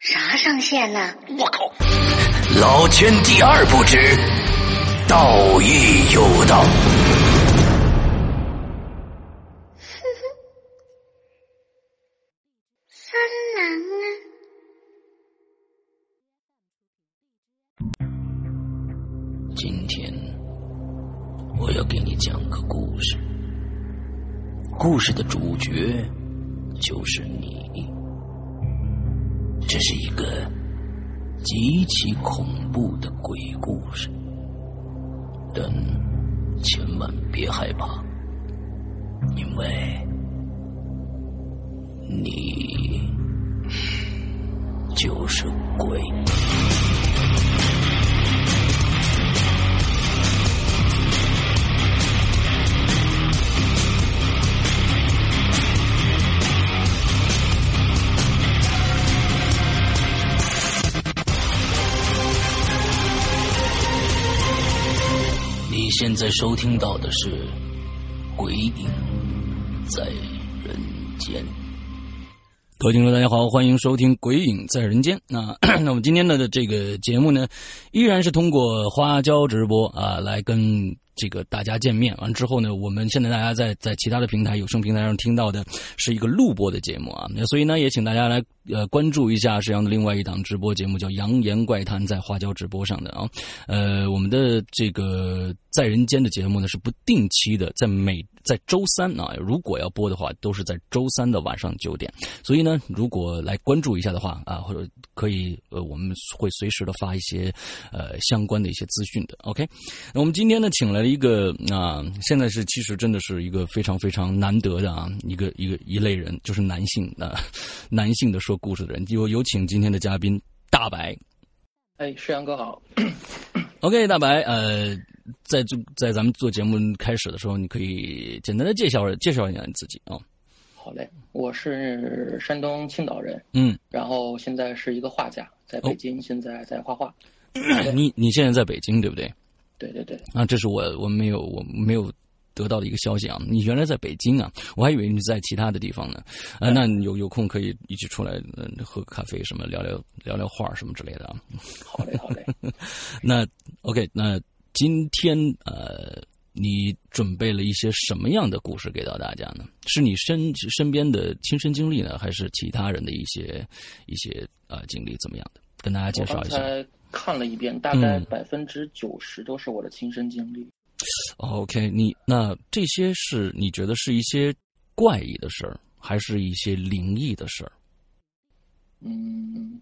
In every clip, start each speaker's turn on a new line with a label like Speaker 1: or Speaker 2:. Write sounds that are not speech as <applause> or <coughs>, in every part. Speaker 1: 啥上线了？
Speaker 2: 我靠！
Speaker 3: 老千第二不知，道义有道。
Speaker 1: 三郎啊，
Speaker 3: 今天我要给你讲个故事，故事的主角就是你。这是一个极其恐怖的鬼故事，但千万别害怕，因为你就是鬼。你现在收听到的是《鬼影在人间》。各位听众，大家好，欢迎收听《鬼影在人间》。那 <clears throat> 那我们今天的这个节目呢，依然是通过花椒直播啊来跟这个大家见面。完之后呢，我们现在大家在在其他的平台有声平台上听到的是一个录播的节目啊，那所以呢，也请大家来呃关注一下沈阳的另外一档直播节目，叫《扬言怪谈》在花椒直播上的啊。呃，我们的这个在人间的节目呢是不定期的，在每在周三啊，如果要播的话，都是在周三的晚上九点。所以呢，如果来关注一下的话啊，或者可以呃，我们会随时的发一些呃相关的一些资讯的。OK，那我们今天呢，请来了一个啊、现在是其实真的是一个非常非常难得的啊，一个一个一类人，就是男性啊、男性的说故事的人。有有请今天的嘉宾大白。
Speaker 4: 哎，世阳哥好，
Speaker 3: OK，大白，呃，在做在咱们做节目开始的时候，你可以简单的介绍介绍一下你自己啊、
Speaker 4: 好嘞，我是山东青岛人，
Speaker 3: 嗯，
Speaker 4: 然后现在是一个画家，在
Speaker 3: 哦
Speaker 4: 北京，现在在画画。
Speaker 3: 你你现在在北京对不对？
Speaker 4: 对对对，
Speaker 3: 啊，这是我我没有我没有得到的一个消息啊，你原来在北京啊，我还以为你在其他的地方呢。啊，那你有有空可以一起出来、呃、喝个咖啡什么，聊聊聊聊话什么之类的啊。
Speaker 4: 好嘞好嘞，
Speaker 3: 那 OK，那今天呃，你准备了一些什么样的故事给到大家呢？是你身身边的亲身经历呢，还是其他人的一些一些呃经历怎么样的？跟大家 <laughs> 介
Speaker 4: 我
Speaker 3: 绍
Speaker 4: 刚
Speaker 3: 一下。
Speaker 4: 才看了一遍，大概
Speaker 3: 嗯
Speaker 4: 百分之九十都是我的亲身经历。
Speaker 3: 哦 OK，你那这些是你觉得是一些怪异的事儿，还是一些灵异的事儿？
Speaker 4: 嗯，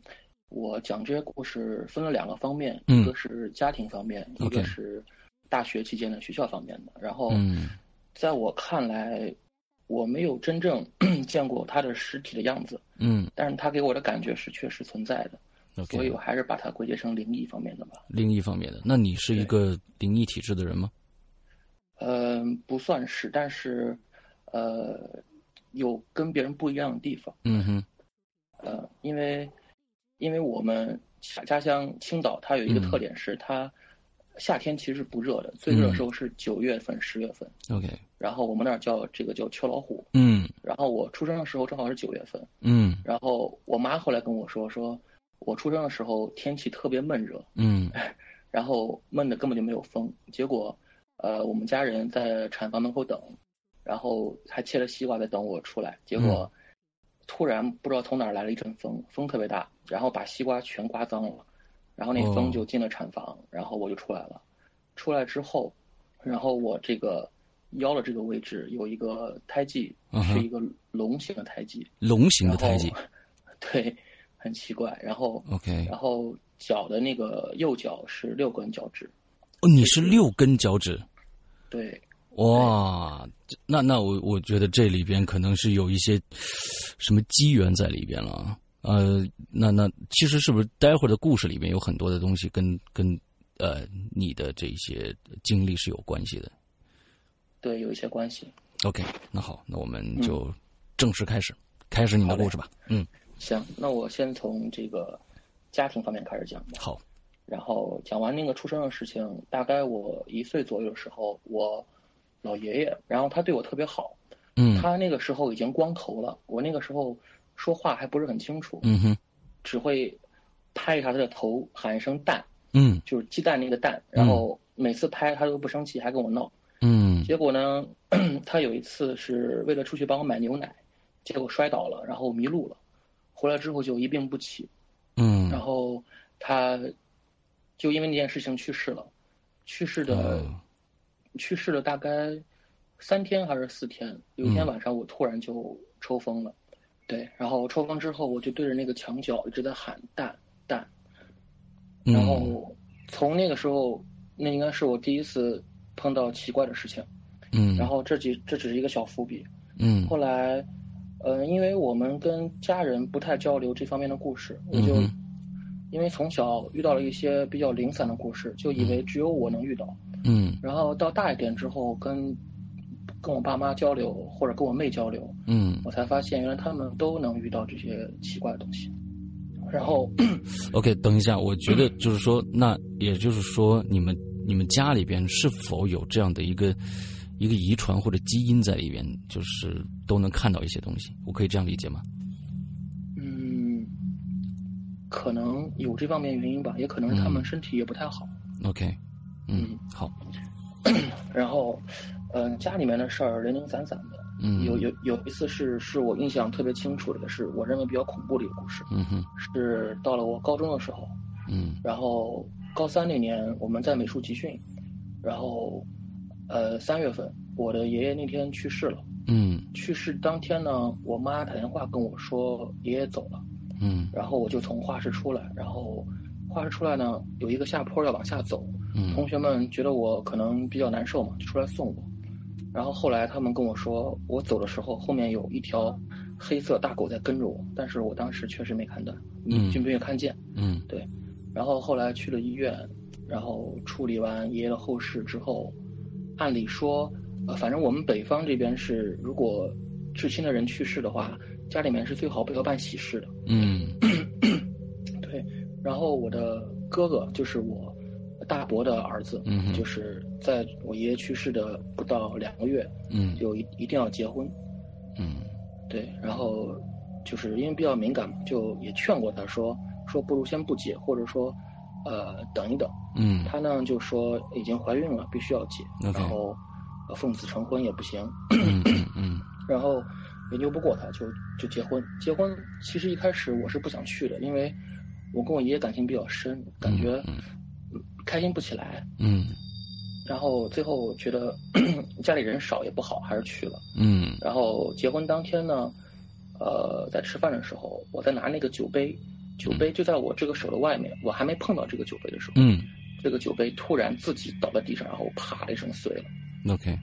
Speaker 4: 我讲这些故事分了两个方面，
Speaker 3: 嗯
Speaker 4: 一个是家庭方面，一
Speaker 3: OK
Speaker 4: 个是大学期间的学校方面的。然后，
Speaker 3: 嗯
Speaker 4: 在我看来，我没有真正 <clears throat> 见过他的实体的样子，
Speaker 3: 嗯
Speaker 4: 但是他给我的感觉是确实存在的。所以
Speaker 3: ，OK，
Speaker 4: 我还是把它归结成灵异方面的吧。
Speaker 3: 灵异方面的，那你是一个灵异体质的人吗？
Speaker 4: 嗯、不算是，但是，呃，有跟别人不一样的地方。
Speaker 3: 嗯哼，
Speaker 4: 呃，因为，因为我们家家乡青岛，它有一个
Speaker 3: 嗯
Speaker 4: 特点是它，夏天其实不热的，最热的时候是九月份、十月份，
Speaker 3: OK，
Speaker 4: 然后我们那儿叫这个叫秋老虎。
Speaker 3: 嗯
Speaker 4: 然后我出生的时候正好是九月份，
Speaker 3: 嗯
Speaker 4: 然后我妈后来跟我说，说我出生的时候天气特别闷热，
Speaker 3: 嗯
Speaker 4: 然后闷的根本就没有风，结果，呃，我们家人在产房门口等，然后还切了西瓜在等我出来，结果
Speaker 3: 嗯
Speaker 4: 突然不知道从哪儿来了一阵风，风特别大，然后把西瓜全刮脏了，然后那
Speaker 3: 哦
Speaker 4: 风就进了产房，然后我就出来了，出来之后，然后我这个腰的这个位置有一个胎记，
Speaker 3: 嗯哼
Speaker 4: 是一个龙形的胎记，
Speaker 3: 龙形的
Speaker 4: 然后
Speaker 3: 胎记
Speaker 4: <laughs> 对，很奇怪，然后。
Speaker 3: ，OK，
Speaker 4: 然后脚的那个右脚是六根脚趾，
Speaker 3: 哦，你是六根脚趾，
Speaker 4: 对，
Speaker 3: 哇，这那那我我觉得这里边可能是有一些呃什么机缘在里边了啊。呃，那那其实是不是待会儿的故事里面有很多的东西跟跟呃你的这些经历是有关系的
Speaker 4: 对，有一些关系。
Speaker 3: ？OK，那好，那我们就正式开始，开始你的故事吧。嗯，
Speaker 4: 行，那我先从这个家庭方面开始讲吧。
Speaker 3: 好，
Speaker 4: 然后讲完那个出生的事情，大概我一岁左右的时候，我老爷爷，然后他对我特别好，
Speaker 3: 嗯
Speaker 4: 他那个时候已经光头了，我那个时候说话还不是很清楚，
Speaker 3: 嗯哼，
Speaker 4: 只会拍一下他的头，喊一声“蛋
Speaker 3: 嗯”，
Speaker 4: 就是鸡蛋那个蛋，然后每次拍他都不生气，还跟我闹。
Speaker 3: 嗯
Speaker 4: 结果呢， <clears throat> 他有一次是为了出去帮我买牛奶，结果摔倒了，然后迷路了，回来之后就一病不起，
Speaker 3: 嗯
Speaker 4: 然后他就因为那件事情去世了，去世的、
Speaker 3: 哦
Speaker 4: 去世了大概三天还是四天，有一天
Speaker 3: 嗯
Speaker 4: 晚上我突然就抽风了，对，然后抽风之后我就对着那个墙角一直在喊蛋蛋，
Speaker 3: 嗯，
Speaker 4: 然后从那个时候，那应该是我第一次碰到奇怪的事情。
Speaker 3: 嗯，
Speaker 4: 然后这只这只是一个小伏笔。
Speaker 3: 嗯
Speaker 4: 后来，呃，因为我们跟家人不太交流这方面的故事，我就
Speaker 3: 嗯
Speaker 4: 因为从小遇到了一些比较零散的故事，就以为只有我能遇到。
Speaker 3: 嗯
Speaker 4: 然后到大一点之后，跟跟我爸妈交流或者跟我妹交流，
Speaker 3: 嗯
Speaker 4: 我才发现原来他们都能遇到这些奇怪的东西。然后， <clears throat>
Speaker 3: ，OK，等一下，我觉得就是说，那也就是说，你们你们家里边是否有这样的一个一个遗传或者基因在里边，就是都能看到一些东西，我可以这样理解吗？
Speaker 4: 嗯，可能有这方面原因吧，也可能是他们身体也不太好。
Speaker 3: ？OK，嗯，好，
Speaker 4: 然后，呃，家里面的事儿零零散散的。
Speaker 3: 嗯，
Speaker 4: 有，有有一次是是我印象特别清楚的，也是我认为比较恐怖的一个故事，
Speaker 3: 嗯哼，
Speaker 4: 是到了我高中的时候，
Speaker 3: 嗯
Speaker 4: 然后高三那年我们在美术集训，然后，呃，三月份我的爷爷那天去世了。
Speaker 3: 嗯
Speaker 4: 去世当天呢，我妈打电话跟我说爷爷走了，
Speaker 3: 嗯
Speaker 4: 然后我就从画室出来，然后画室出来呢有一个下坡要往下走，同
Speaker 3: 嗯
Speaker 4: 学们觉得我可能比较难受嘛，就出来送我。然后后来他们跟我说，我走的时候后面有一条黑色大狗在跟着我，但是我当时确实没看到，
Speaker 3: 嗯
Speaker 4: 你并没有看见。
Speaker 3: 嗯
Speaker 4: 然后后来去了医院，然后处理完爷爷的后事之后，按理说，呃，反正我们北方这边是，如果至亲的人去世的话，家里面是最好不要办喜事的。
Speaker 3: 嗯
Speaker 4: 对，然后我的哥哥就是我大伯的儿子，
Speaker 3: 嗯哼
Speaker 4: 就是在我爷爷去世的不到两个月，
Speaker 3: 嗯
Speaker 4: 就一一定要结婚，
Speaker 3: 嗯
Speaker 4: 对，然后就是因为比较敏感嘛，就也劝过他说说不如先不结，或者说呃等一等。
Speaker 3: 嗯
Speaker 4: 他呢就说已经怀孕了，必须要结
Speaker 3: OK
Speaker 4: 然后呃奉子成婚也不行，
Speaker 3: 嗯
Speaker 4: 然后也拗不过他，就就结婚。结婚其实一开始我是不想去的，因为我跟我爷爷感情比较深，感觉
Speaker 3: 嗯
Speaker 4: 嗯开心不起来。
Speaker 3: 嗯
Speaker 4: 然后最后觉得 <clears throat> 家里人少也不好，还是去了。
Speaker 3: 嗯
Speaker 4: 然后结婚当天呢，呃，在吃饭的时候，我在拿那个酒杯，酒杯就在我这个手的外面，我还没碰到这个酒杯的时候，
Speaker 3: 嗯
Speaker 4: 这个酒杯突然自己倒在地上，然后啪的一声碎了。
Speaker 3: ，OK，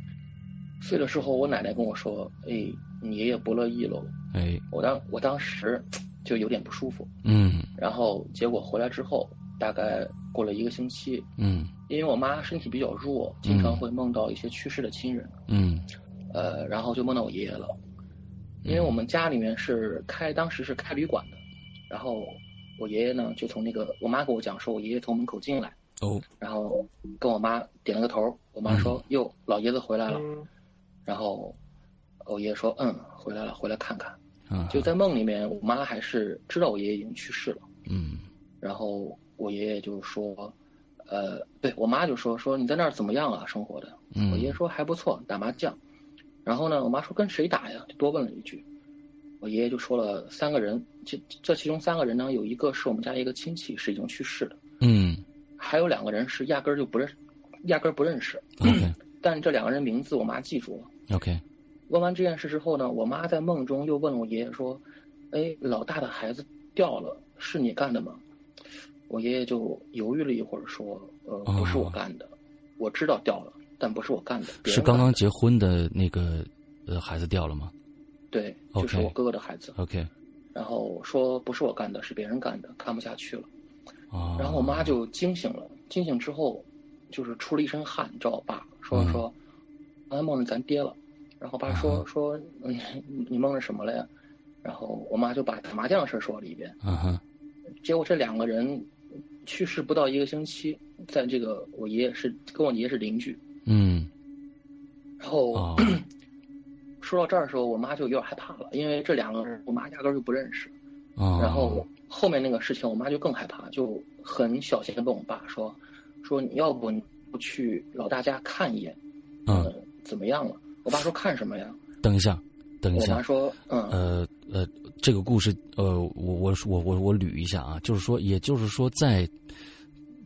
Speaker 4: 碎的时候，我奶奶跟我说：“哎，你爷爷不乐意喽。”
Speaker 3: 哎，
Speaker 4: 我当我当时就有点不舒服，
Speaker 3: 嗯
Speaker 4: 然后结果回来之后，大概过了一个星期，
Speaker 3: 嗯
Speaker 4: 因为我妈身体比较弱，经常会梦到一些去世的亲人，
Speaker 3: 嗯
Speaker 4: 呃，然后就梦到我爷爷了。因为我们家里面是开，当时是开旅馆的，然后我爷爷呢就从那个我妈跟我讲说，我爷爷从门口进来，
Speaker 3: 哦，
Speaker 4: 然后跟我妈点了个头，我妈说：“哟、老爷子回来了。”然后我爷爷说：“嗯，回来了，回来看看。”
Speaker 3: 啊，
Speaker 4: 就在梦里面，我妈还是知道我爷爷已经去世了。
Speaker 3: 嗯
Speaker 4: 然后我爷爷就说：“呃，对我妈就说说你在那儿怎么样啊？生活的？”
Speaker 3: 嗯，
Speaker 4: 我爷爷说还不错，打麻将。然后呢，我妈说跟谁打呀？就多问了一句。我爷爷就说了三个人，这这其中三个人呢，有一个是我们家一个亲戚，是已经去世的，
Speaker 3: 嗯
Speaker 4: 还有两个人是压根儿就不认，压根儿不认识。
Speaker 3: ，OK
Speaker 4: 但这两个人名字我妈记住了。
Speaker 3: OK，
Speaker 4: 问完这件事之后呢，我妈在梦中又问了我爷爷说：“哎，老大的孩子掉了，是你干的吗？”我爷爷就犹豫了一会儿说：“呃，
Speaker 3: 哦
Speaker 4: 不是我干的，我知道掉了，但不是我干的。别
Speaker 3: 是
Speaker 4: 人
Speaker 3: 刚
Speaker 4: 干
Speaker 3: 刚
Speaker 4: 的
Speaker 3: 结婚的那个呃孩子掉了吗
Speaker 4: 对，
Speaker 3: OK
Speaker 4: 就是我哥哥的孩子。
Speaker 3: ？OK
Speaker 4: 然后说不是我干的，是别人干的，看不下去了。
Speaker 3: 啊，
Speaker 4: 然后我妈就惊醒了，惊醒之后就是出了一身汗，找我爸说
Speaker 3: 嗯
Speaker 4: 说，刚才梦着咱爹了。然后我爸说
Speaker 3: 啊
Speaker 4: 说，嗯，你你梦着什么了呀？然后我妈就把打麻将的事说了一遍。
Speaker 3: 嗯哼
Speaker 4: 结果这两个人去世不到一个星期，在这个我爷爷是跟我爷爷是邻居。
Speaker 3: 嗯
Speaker 4: 然后、 <clears throat>
Speaker 3: 哦
Speaker 4: 说到这儿的时候，我妈就有点害怕了，因为这两个人我妈压根儿就不认识。
Speaker 3: 哦，
Speaker 4: 然后后面那个事情，我妈就更害怕，就很小心的问我爸说：“说你要不你不去老大家看一眼，
Speaker 3: 嗯，
Speaker 4: 呃，怎么样了？”我爸说：“看什么呀
Speaker 3: 等一下，？”等一
Speaker 4: 我妈
Speaker 3: 下，
Speaker 4: 说：“嗯，
Speaker 3: 呃呃，这个故事呃，我我我我我捋一下啊，就是说，也就是说在，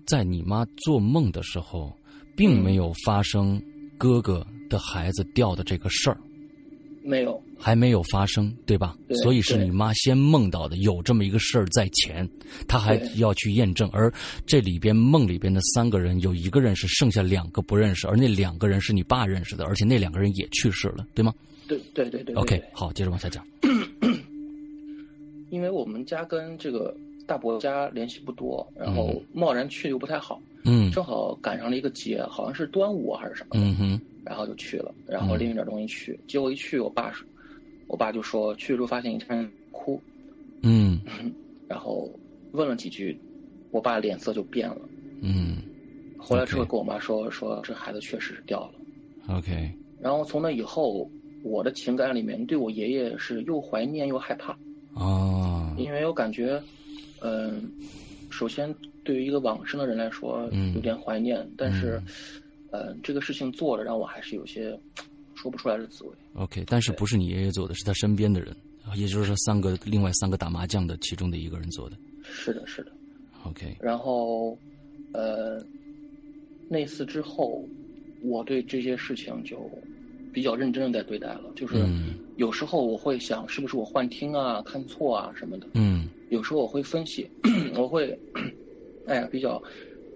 Speaker 3: 在你妈做梦的时候，并
Speaker 4: 嗯
Speaker 3: 没有发生哥哥的孩子掉的这个事儿。
Speaker 4: 没有，
Speaker 3: 还没有发生，对吧？
Speaker 4: 对
Speaker 3: 所以是
Speaker 4: 对
Speaker 3: 你妈先梦到的，有这么一个事儿在前，她还
Speaker 4: 对
Speaker 3: 要去验证。而这里边梦里边的三个人，有一个认识，剩下两个不认识，而那两个人是你爸认识的，而且那两个人也去世了，对吗
Speaker 4: 对对对对对
Speaker 3: o k
Speaker 4: 对
Speaker 3: 好，接着往下讲。
Speaker 4: 因为我们家跟这个大伯家联系不多，然后贸然去又不太好，
Speaker 3: 嗯
Speaker 4: 正好赶上了一个节，好像是端午啊还是什么的，
Speaker 3: 嗯哼
Speaker 4: 然后就去了，然后拎着点东西去，结果一去，我爸说，我爸就说去的时候发现一家人哭，
Speaker 3: 嗯
Speaker 4: 然后问了几句，我爸脸色就变了。
Speaker 3: 嗯
Speaker 4: 回来之后
Speaker 3: OK
Speaker 4: 跟我妈说说这孩子确实是掉了。
Speaker 3: ，OK，
Speaker 4: 然后从那以后，我的情感里面对我爷爷是又怀念又害怕，
Speaker 3: 哦，
Speaker 4: 因为我感觉，嗯、首先对于一个往生的人来说
Speaker 3: 嗯
Speaker 4: 有点怀念，但是，呃，这个事情做了让我还是有些说不出来的滋味。
Speaker 3: OK，但是不是你爷爷做的，是他身边的人，也就是说三个另外三个打麻将的其中的一个人做的。
Speaker 4: 是的，是的。
Speaker 3: OK，
Speaker 4: 然后，呃，那次之后，我对这些事情就比较认真的在对待了。就是
Speaker 3: 嗯
Speaker 4: 有时候我会想，是不是我幻听啊、看错啊什么的。
Speaker 3: 嗯
Speaker 4: 有时候我会分析， <coughs> 我会，哎呀，比较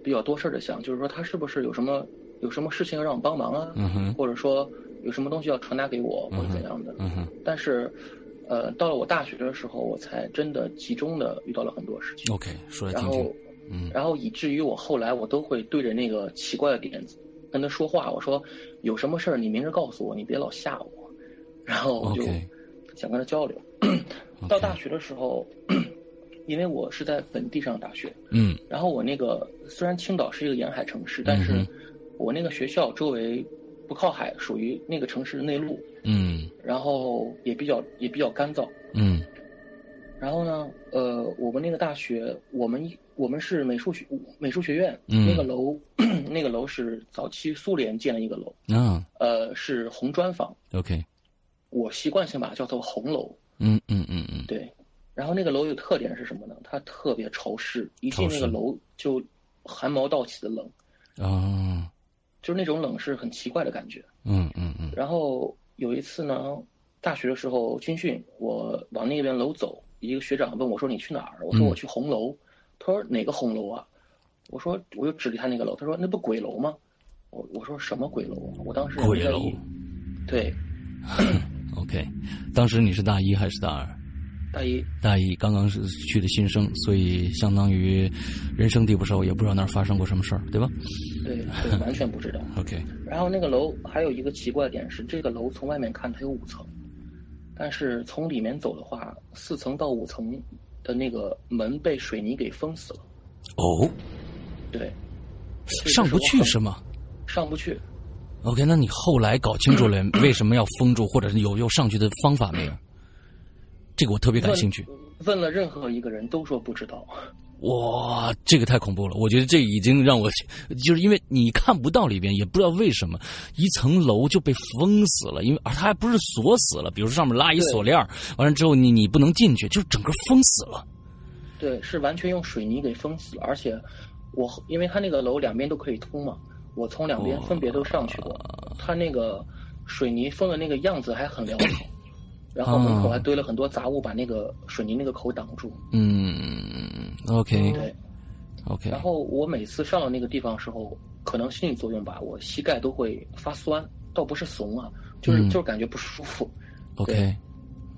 Speaker 4: 比较多事儿的想，就是说他是不是有什么有什么事情要让我帮忙啊，
Speaker 3: 嗯哼
Speaker 4: 或者说有什么东西要传达给我，或者怎样的。
Speaker 3: 嗯哼。
Speaker 4: 但是，呃，到了我大学的时候，我才真的集中的遇到了很多事情。
Speaker 3: OK，说来
Speaker 4: 然
Speaker 3: 哦听
Speaker 4: 后
Speaker 3: 听。，嗯
Speaker 4: 然后以至于我后来我都会对着那个奇怪的点子跟他说话，我说有什么事儿你明着告诉我，你别老吓我。然后我就
Speaker 3: OK
Speaker 4: 想跟他交流。到大学的时候， <clears throat> 因为我是在本地上大学，
Speaker 3: 嗯
Speaker 4: 然后我那个虽然青岛是一个沿海城市，但是
Speaker 3: 嗯
Speaker 4: 我那个学校周围不靠海，属于那个城市的内陆，
Speaker 3: 嗯
Speaker 4: 然后也比较也比较干燥。
Speaker 3: 嗯
Speaker 4: 然后呢，呃，我们那个大学，我们一我们是美术学美术学院，
Speaker 3: 嗯
Speaker 4: 那个楼 <coughs> 那个楼是早期苏联建的一个楼，
Speaker 3: 啊
Speaker 4: 呃，是红砖房，
Speaker 3: ，OK，
Speaker 4: 我习惯性把它叫做红楼，
Speaker 3: 嗯嗯嗯嗯，
Speaker 4: 对。然后那个楼有特点是什么呢？它特别潮湿，一进
Speaker 3: 潮湿
Speaker 4: 那个楼就汗毛倒起的冷，
Speaker 3: 啊，
Speaker 4: 就是那种冷是很奇怪的感觉。
Speaker 3: 嗯嗯嗯
Speaker 4: 然后有一次呢，大学的时候军训，我往那边楼走，一个学长问我说：“你去哪儿？”我说：“
Speaker 3: 嗯
Speaker 4: 我去红楼。他说：“哪个红楼啊？”我说：“我就指了他那个楼。”他说：“那不鬼楼吗？”我我说：“什么鬼楼啊？”我当时
Speaker 3: 鬼楼
Speaker 4: 没在意，对，
Speaker 3: 哦，OK。当时你是大一还是大二？
Speaker 4: 大一
Speaker 3: 大一刚刚是去的新生，所以相当于人生地不熟，也不知道那儿发生过什么事儿，对吧
Speaker 4: 对对完全不知道。
Speaker 3: ？OK，
Speaker 4: 然后那个楼还有一个奇怪的点是，这个楼从外面看它有五层，但是从里面走的话，四层到五层的那个门被水泥给封死了。
Speaker 3: 哦
Speaker 4: 对，
Speaker 3: 上不去是吗
Speaker 4: 上不去，
Speaker 3: ？OK，那你后来搞清楚了为什么要封住，或者是有有上去的方法没有？这个我特别感兴趣。
Speaker 4: 问了任何一个人都说不知道。
Speaker 3: 哇，这个太恐怖了！我觉得这已经让我，就是因为你看不到里边，也不知道为什么一层楼就被封死了，因为而它还不是锁死了，比如说上面拉一
Speaker 4: 对
Speaker 3: 锁链儿，完了之后你你不能进去，就是整个封死了。
Speaker 4: 对，是完全用水泥给封死，而且我因为它那个楼两边都可以通嘛，我从两
Speaker 3: 哦
Speaker 4: 边分别都上去过，它那个水泥封的那个样子还很潦草，然后门
Speaker 3: 哦
Speaker 4: 口还堆了很多杂物，把那个水泥那个口挡住。
Speaker 3: 嗯，OK
Speaker 4: 对，
Speaker 3: OK，
Speaker 4: 然后我每次上到那个地方的时候，可能心理作用吧，我膝盖都会发酸，倒不是怂啊，就是、
Speaker 3: 嗯
Speaker 4: 就是感觉不舒服。
Speaker 3: OK
Speaker 4: 对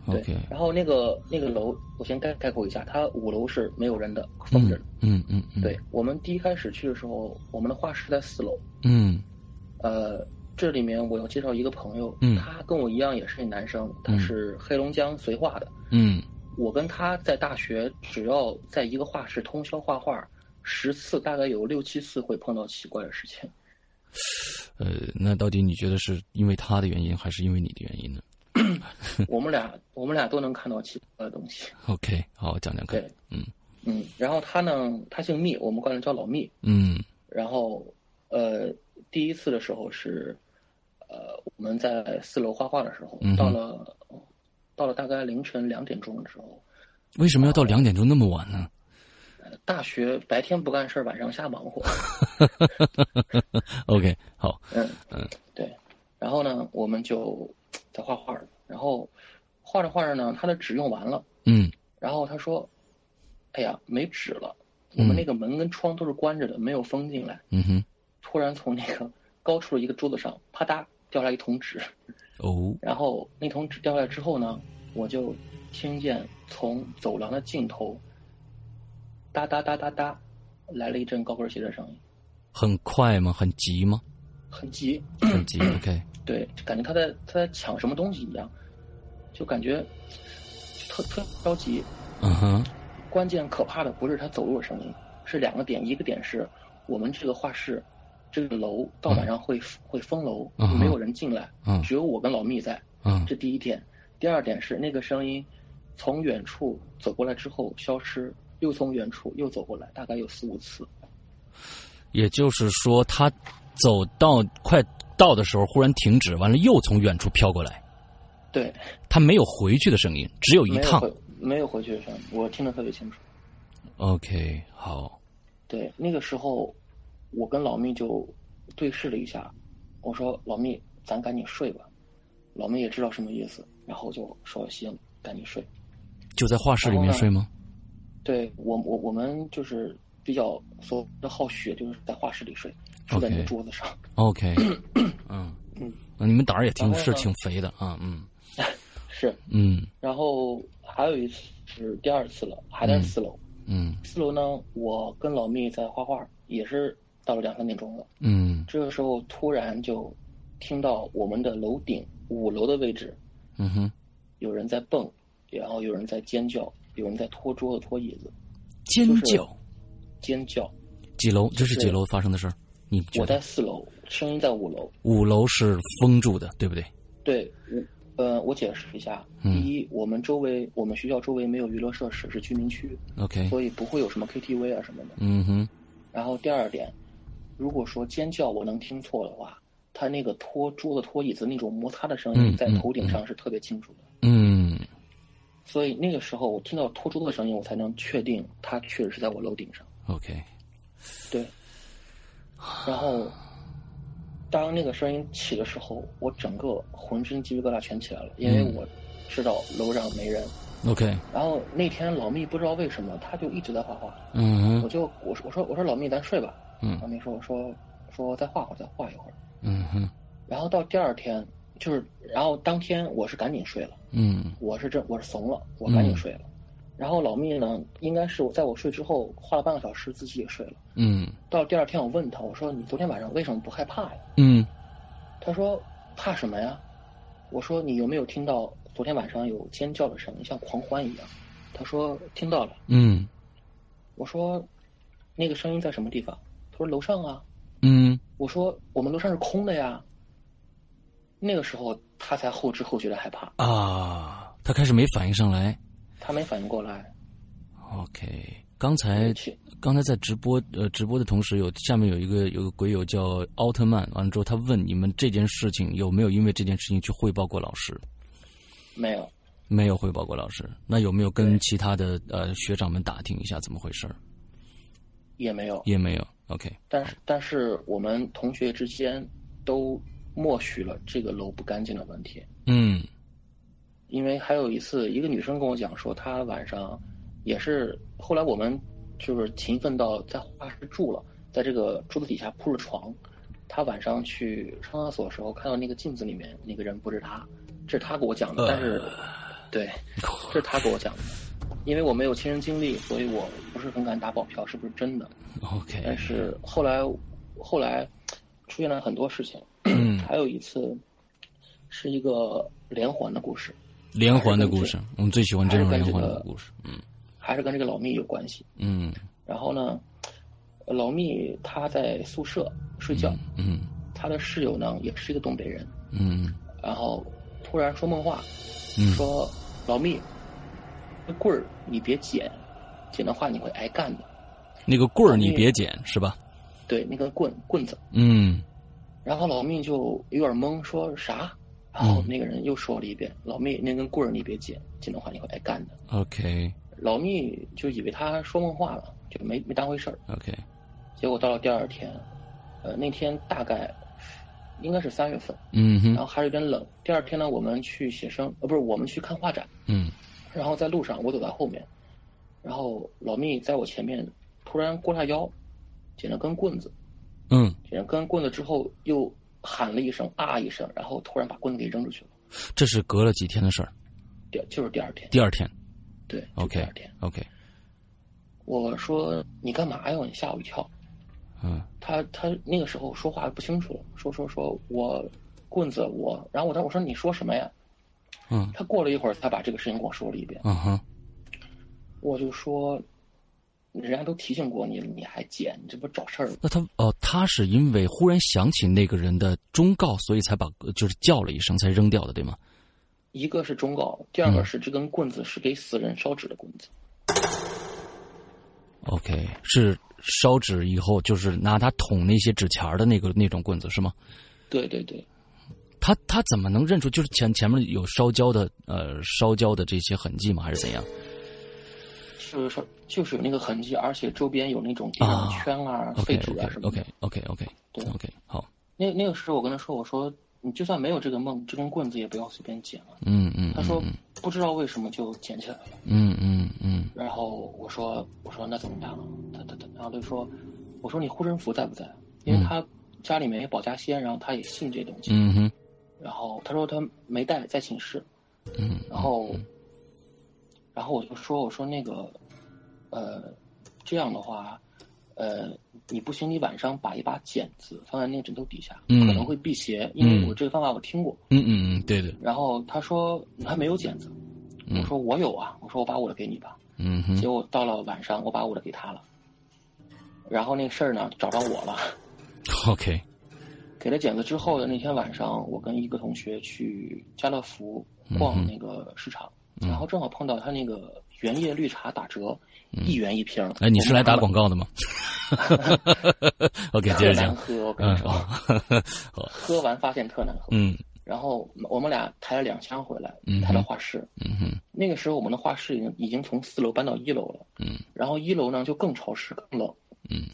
Speaker 3: OK，
Speaker 4: 然后那个那个楼，我先概概括一下，它五楼是没有人的，封着的。
Speaker 3: 嗯嗯嗯，
Speaker 4: 对，我们第一开始去的时候，我们的画室在四楼。
Speaker 3: 嗯
Speaker 4: 呃，这里面我要介绍一个朋友，
Speaker 3: 嗯
Speaker 4: 他跟我一样也是男生，他
Speaker 3: 嗯
Speaker 4: 是黑龙江绥化的。
Speaker 3: 嗯
Speaker 4: 我跟他在大学只要在一个画室通宵画画，十次大概有六七次会碰到奇怪的事情。
Speaker 3: 呃，那到底你觉得是因为他的原因，还是因为你的原因呢
Speaker 4: 我们俩我们俩都能看到奇怪的东西。
Speaker 3: ？OK，好，讲讲看
Speaker 4: 对。，
Speaker 3: 嗯
Speaker 4: 嗯，然后他呢，他姓密，我们管他叫老密。
Speaker 3: 嗯
Speaker 4: 然后，呃，第一次的时候是，呃，我们在四楼画画的时候，
Speaker 3: 嗯哼
Speaker 4: 到了，到了大概凌晨两点钟的时候，
Speaker 3: 为什么要到两点钟那么晚呢？
Speaker 4: 呃大学白天不干事儿，晚上瞎忙活，
Speaker 3: OK，好，
Speaker 4: 嗯
Speaker 3: <laughs> 嗯，
Speaker 4: 对。然后呢，我们就在画画，然后画着画着呢，他的纸用完了，
Speaker 3: 嗯
Speaker 4: 然后他说：“哎呀，没纸了，我们那个门跟窗都是关着的，没有风进来。
Speaker 3: 嗯哼，”
Speaker 4: 突然从那个高处的一个桌子上，啪嗒掉下来一桶纸。
Speaker 3: 哦，
Speaker 4: 然后那桶纸掉下来之后呢，我就听见从走廊的尽头，哒哒哒哒哒，来了一阵高跟鞋的声音，
Speaker 3: 很快吗？很急吗？
Speaker 4: 很急，
Speaker 3: 很急。OK，
Speaker 4: 嗯对，就感觉他在他在抢什么东西一样，就感觉特特着急。
Speaker 3: 嗯哼，
Speaker 4: 关键可怕的不是他走路的声音，是两个点，一个点是我们这个画室。这个楼到晚上会、会封楼，
Speaker 3: 嗯哼
Speaker 4: 没有人进来，
Speaker 3: 嗯
Speaker 4: 只有我跟老密在。
Speaker 3: 嗯
Speaker 4: 这第一点。第二点是那个声音从远处走过来之后消失，又从远处又走过来，大概有四五次。
Speaker 3: 也就是说，他走到快到的时候，忽然停止，完了又从远处飘过来，
Speaker 4: 对，
Speaker 3: 他没有回去的声音，只有一
Speaker 4: 没有
Speaker 3: 趟。
Speaker 4: 回没有回去的声音，我听得特别清楚。
Speaker 3: OK，好，
Speaker 4: 对，那个时候我跟老密就对视了一下，我说：“老密，咱赶紧睡吧。”老密也知道什么意思，然后就说：“行，赶紧睡。
Speaker 3: 就在画室里面
Speaker 4: 然后呢
Speaker 3: 睡吗？
Speaker 4: 对我，我我们就是比较所谓的好学，就是在画室里睡，睡在那个
Speaker 3: OK
Speaker 4: 桌子上。 <laughs> <coughs>
Speaker 3: OK，嗯
Speaker 4: 嗯
Speaker 3: 那你们胆儿也挺
Speaker 4: 然后呢
Speaker 3: 是挺肥的啊，嗯
Speaker 4: 是，
Speaker 3: 嗯
Speaker 4: 然后还有一次是第二次了，还在四楼。
Speaker 3: 嗯
Speaker 4: 四楼呢，我跟老密在画画，也是到了两三点钟了。
Speaker 3: 嗯
Speaker 4: 这个时候突然就听到我们的楼顶五楼的位置
Speaker 3: 嗯哼，
Speaker 4: 有人在蹦，然后有人在尖叫，有人在拖桌子、拖椅子，
Speaker 3: 尖
Speaker 4: 就是
Speaker 3: 叫，
Speaker 4: 尖叫。
Speaker 3: 几楼？这是
Speaker 4: 是
Speaker 3: 几楼发生的事儿？你觉
Speaker 4: 我
Speaker 3: 得
Speaker 4: 在四楼，声音在五楼。
Speaker 3: 五楼是封住的，对不对？
Speaker 4: 对，我呃，我解释一下：
Speaker 3: 嗯
Speaker 4: 第一，我们周围，我们学校周围没有娱乐设施，是居民区，
Speaker 3: OK，
Speaker 4: 所以不会有什么 KTV 啊什么的。
Speaker 3: 嗯哼，
Speaker 4: 然后第二点，如果说尖叫我能听错的话，他那个拖桌子、拖椅子那种摩擦的声
Speaker 3: 嗯
Speaker 4: 音在
Speaker 3: 嗯
Speaker 4: 头顶上是特别清楚的。
Speaker 3: 嗯
Speaker 4: 所以那个时候我听到拖桌子的声音，我才能确定他确实是在我楼顶上。
Speaker 3: ，OK，
Speaker 4: 对。然后，当那个声音起的时候，我整个浑身鸡皮疙瘩全起来了，因为
Speaker 3: 嗯
Speaker 4: 我知道楼上没人。
Speaker 3: OK，
Speaker 4: 然后那天老密不知道为什么他就一直在画画，
Speaker 3: 嗯
Speaker 4: 我
Speaker 3: 哼，
Speaker 4: 就我说我说我说老密咱睡吧，
Speaker 3: 嗯
Speaker 4: 老密说我说说再画会儿再画一会儿。
Speaker 3: 嗯哼，
Speaker 4: 然后到第二天，就是，然后当天我是赶紧睡了，
Speaker 3: 嗯
Speaker 4: 我是真我是怂了，我赶紧睡了。然后老密呢，应该是我在我睡之后画了半个小时，自己也睡了。
Speaker 3: 嗯
Speaker 4: 到第二天我问他，我说你昨天晚上为什么不害怕呀？
Speaker 3: 嗯
Speaker 4: 他说怕什么呀？我说你有没有听到昨天晚上有尖叫的声音，像狂欢一样？他说听到了。
Speaker 3: 嗯
Speaker 4: 我说那个声音在什么地方？他说楼上啊。
Speaker 3: 嗯
Speaker 4: 我说我们楼上是空的呀。那个时候他才后知后觉的害怕，
Speaker 3: 啊，他开始没反应上来。
Speaker 4: 他没反应过来。
Speaker 3: OK，刚才
Speaker 4: 去
Speaker 3: 刚才在直播呃直播的同时有，下面有一个有个鬼友叫奥特曼，完了之后他问你们这件事情有没有因为这件事情去汇报过老师？
Speaker 4: 没有，
Speaker 3: 没有汇报过老师，那有没有跟
Speaker 4: 对
Speaker 3: 其他的呃学长们打听一下怎么回事儿？
Speaker 4: 也没有。
Speaker 3: 也没有。OK，
Speaker 4: 但是但是我们同学之间都默许了这个楼不干净的问题，
Speaker 3: 嗯 <laughs>
Speaker 4: 因为还有一次，一个女生跟我讲说，她晚上也是后来我们就是勤奋到在画室住了，在这个桌子底下铺了床。她晚上去上厕所的时候，看到那个镜子里面那个人不是她，这是她给我讲的，
Speaker 3: 呃
Speaker 4: 但是对，这是她给我讲的，因为我没有亲身经历，所以我不是很敢打保票是不是真的。但
Speaker 3: ，OK，
Speaker 4: 是后来，后来出现了很多事情，
Speaker 3: 嗯，
Speaker 4: 还有一次是一个连环的故事，
Speaker 3: 连环的故事，我们最喜欢这种连环的故事。嗯
Speaker 4: 还是跟这个老密有关系。
Speaker 3: 嗯
Speaker 4: 然后呢，老密他在宿舍睡觉，
Speaker 3: 嗯
Speaker 4: 他的室友呢也是一个东北人，
Speaker 3: 嗯
Speaker 4: 然后突然说梦话，
Speaker 3: 嗯，
Speaker 4: 说老密，这棍儿你别捡，捡的话你会挨干的。
Speaker 3: 那个棍儿你别捡是吧？
Speaker 4: 对，那根棍棍子。
Speaker 3: 嗯
Speaker 4: 然后老密就有点懵，说啥？然后
Speaker 3: 嗯
Speaker 4: 那个人又说了一遍：“老密，那根棍儿你别捡，捡的话你会挨哎干的。
Speaker 3: ，OK ”
Speaker 4: 老密就以为他说梦话了，就没没当回事儿。
Speaker 3: OK，
Speaker 4: 结果到了第二天，呃，那天大概应该是三月份，
Speaker 3: 嗯
Speaker 4: 然后
Speaker 3: 哼
Speaker 4: 还是有点冷。第二天呢，我们去写生，呃，不是我们去看画展，
Speaker 3: 嗯
Speaker 4: 然后在路上我走在后面，然后老密在我前面突然过下腰，捡了根棍子，
Speaker 3: 嗯，
Speaker 4: 捡了根棍子之后又喊了一声啊一声，然后突然把棍子给扔出去了。
Speaker 3: 这是隔了几天的事儿，
Speaker 4: 第就是第二天，
Speaker 3: 第二天
Speaker 4: 对就是第
Speaker 3: OK
Speaker 4: 二天。
Speaker 3: OK，
Speaker 4: 我说你干嘛呀？你吓我一跳。
Speaker 3: 嗯
Speaker 4: 他他那个时候说话不清楚了，说说说我棍子我，然后我当时我说你说什么呀？
Speaker 3: 嗯
Speaker 4: 他过了一会儿才把这个事情跟我说了一遍，
Speaker 3: 嗯哼，
Speaker 4: 我就说，人家都提醒过你了，你还捡，你这不找事儿吗？
Speaker 3: 那他哦，他是因为忽然想起那个人的忠告，所以才把就是叫了一声才扔掉的，对吗？
Speaker 4: 一个是忠告，第二
Speaker 3: 嗯
Speaker 4: 个是这根棍子是给死人烧纸的棍子，
Speaker 3: OK，是烧纸以后，就是拿它捅那些纸钱儿的那个那种棍子是吗？
Speaker 4: 对对对，
Speaker 3: 他他怎么能认出？就是前前面有烧焦的呃烧焦的这些痕迹吗？还是怎样？
Speaker 4: 就是说就是有那个痕迹，而且周边有那种地
Speaker 3: 啊
Speaker 4: 上的圈啊、
Speaker 3: OK
Speaker 4: 废纸啊
Speaker 3: OK
Speaker 4: 什么的。
Speaker 3: OK OK OK
Speaker 4: 对
Speaker 3: OK 好，
Speaker 4: 那那个时候我跟他说，我说你就算没有这个梦，这根棍子也不要随便捡了。
Speaker 3: 嗯嗯，
Speaker 4: 他说不知道为什么就捡起来了。
Speaker 3: 嗯嗯嗯
Speaker 4: 然后我说我说那怎么办啊？他他他，然后他就说，我说你护身符在不在？啊因为他家里面有保家仙，然后他也信这东西。
Speaker 3: 嗯哼
Speaker 4: 然后他说他没带，在寝室。
Speaker 3: 嗯
Speaker 4: 然后，然后我就说我说那个，呃，这样的话，呃，你不行，你晚上把一把剪子放在那个枕头底下，
Speaker 3: 嗯
Speaker 4: 可能会辟邪，因为我这个方法我听过。
Speaker 3: 嗯嗯嗯，对对，
Speaker 4: 然后他说你还没有剪子，
Speaker 3: 嗯
Speaker 4: 我说我有啊，我说我把我的给你吧。
Speaker 3: 嗯
Speaker 4: 结
Speaker 3: 哼
Speaker 4: 果到了晚上，我把我的给他了，然后那个事儿呢找到我了。
Speaker 3: OK
Speaker 4: 给他剪子之后的那天晚上，我跟一个同学去家乐福
Speaker 3: 嗯
Speaker 4: 逛那个市场，然后正好碰到他那个原叶绿茶打折，一元一瓶儿。
Speaker 3: 哎，你是来打
Speaker 4: 我
Speaker 3: 广
Speaker 4: 们
Speaker 3: 告的
Speaker 4: <laughs>
Speaker 3: 吗？OK，
Speaker 4: 俩
Speaker 3: 接着
Speaker 4: 特
Speaker 3: 讲。
Speaker 4: 难喝，我跟
Speaker 3: 嗯
Speaker 4: 你说，
Speaker 3: 哦，好，
Speaker 4: 喝完发现特难喝。
Speaker 3: 嗯
Speaker 4: 然后我们俩抬了两箱回来
Speaker 3: 嗯，
Speaker 4: 抬到画室。
Speaker 3: 嗯哼
Speaker 4: 那个时候我们的画室已经已经从四楼搬到一楼了，
Speaker 3: 嗯，
Speaker 4: 然后一楼呢就更潮湿更冷，
Speaker 3: 嗯，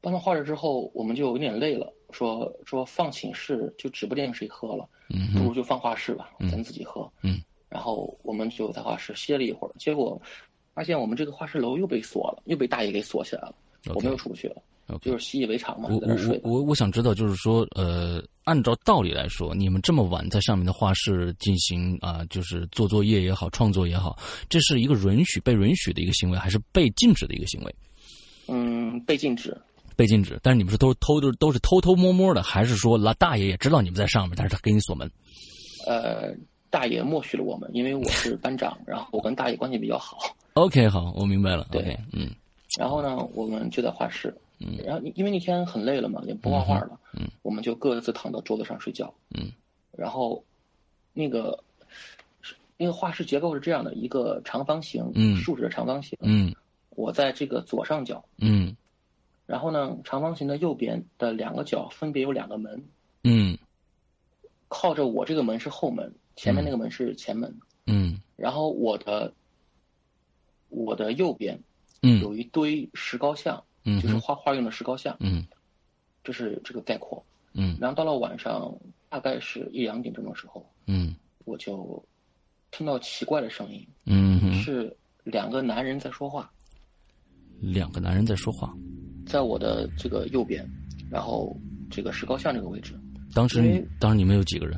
Speaker 4: 搬到画室之后我们就有点累了，说说放寝室就指不定谁喝了，
Speaker 3: 嗯
Speaker 4: 不
Speaker 3: 哼
Speaker 4: 如就放画室吧，咱自己喝，
Speaker 3: 嗯，
Speaker 4: 然后我们就在画室歇了一会儿，结果发现我们这个画室楼又被锁了，又被大爷给锁起来了，我们又出不去了，
Speaker 3: OK
Speaker 4: 就是习以为常嘛
Speaker 3: 我，我
Speaker 4: 在那儿睡
Speaker 3: 我
Speaker 4: 吧。
Speaker 3: 我我想知道，就是说，呃，按照道理来说，你们这么晚在上面的画室进行啊、就是做作业也好，创作也好，这是一个允许被允许的一个行为，还是被禁止的一个行为？
Speaker 4: 嗯，被禁止，
Speaker 3: 被禁止，但是你们是都偷都都是偷偷摸摸的，还是说老大爷也知道你们在上面，但是他给你锁门？
Speaker 4: 呃，大爷默许了我们，因为我是班长，然后我跟大爷关系比较好。
Speaker 3: OK，好，我明白了。
Speaker 4: 对
Speaker 3: OK，嗯
Speaker 4: 然后呢，我们就在画室，
Speaker 3: 嗯
Speaker 4: 然后因因为那天很累了嘛，也不画画了，
Speaker 3: 嗯嗯
Speaker 4: 我们就各自躺到桌子上睡觉。
Speaker 3: 嗯，
Speaker 4: 然后那个是那个画室结构是这样的，一个长方形，
Speaker 3: 嗯
Speaker 4: 竖着的长方形，
Speaker 3: 嗯
Speaker 4: 我在这个左上角，
Speaker 3: 嗯
Speaker 4: 然后呢，长方形的右边的两个角分别有两个门，
Speaker 3: 嗯
Speaker 4: 靠着我这个门是后门，前面那个门是前门，
Speaker 3: 嗯
Speaker 4: 然后我的我的右边
Speaker 3: 嗯
Speaker 4: 有一堆石膏像，
Speaker 3: 嗯
Speaker 4: 就是画画用的石膏像，
Speaker 3: 嗯
Speaker 4: 这是这个概括。
Speaker 3: 嗯
Speaker 4: 然后到了晚上，大概是一两点钟的时候，
Speaker 3: 嗯
Speaker 4: 我就听到奇怪的声音，
Speaker 3: 嗯哼，
Speaker 4: 是两个男人在说话，
Speaker 3: 两个男人在说话。
Speaker 4: 在我的这个右边，然后这个石膏像这个位置，
Speaker 3: 当时
Speaker 4: 因
Speaker 3: 你
Speaker 4: 为
Speaker 3: 当时你们有几个人？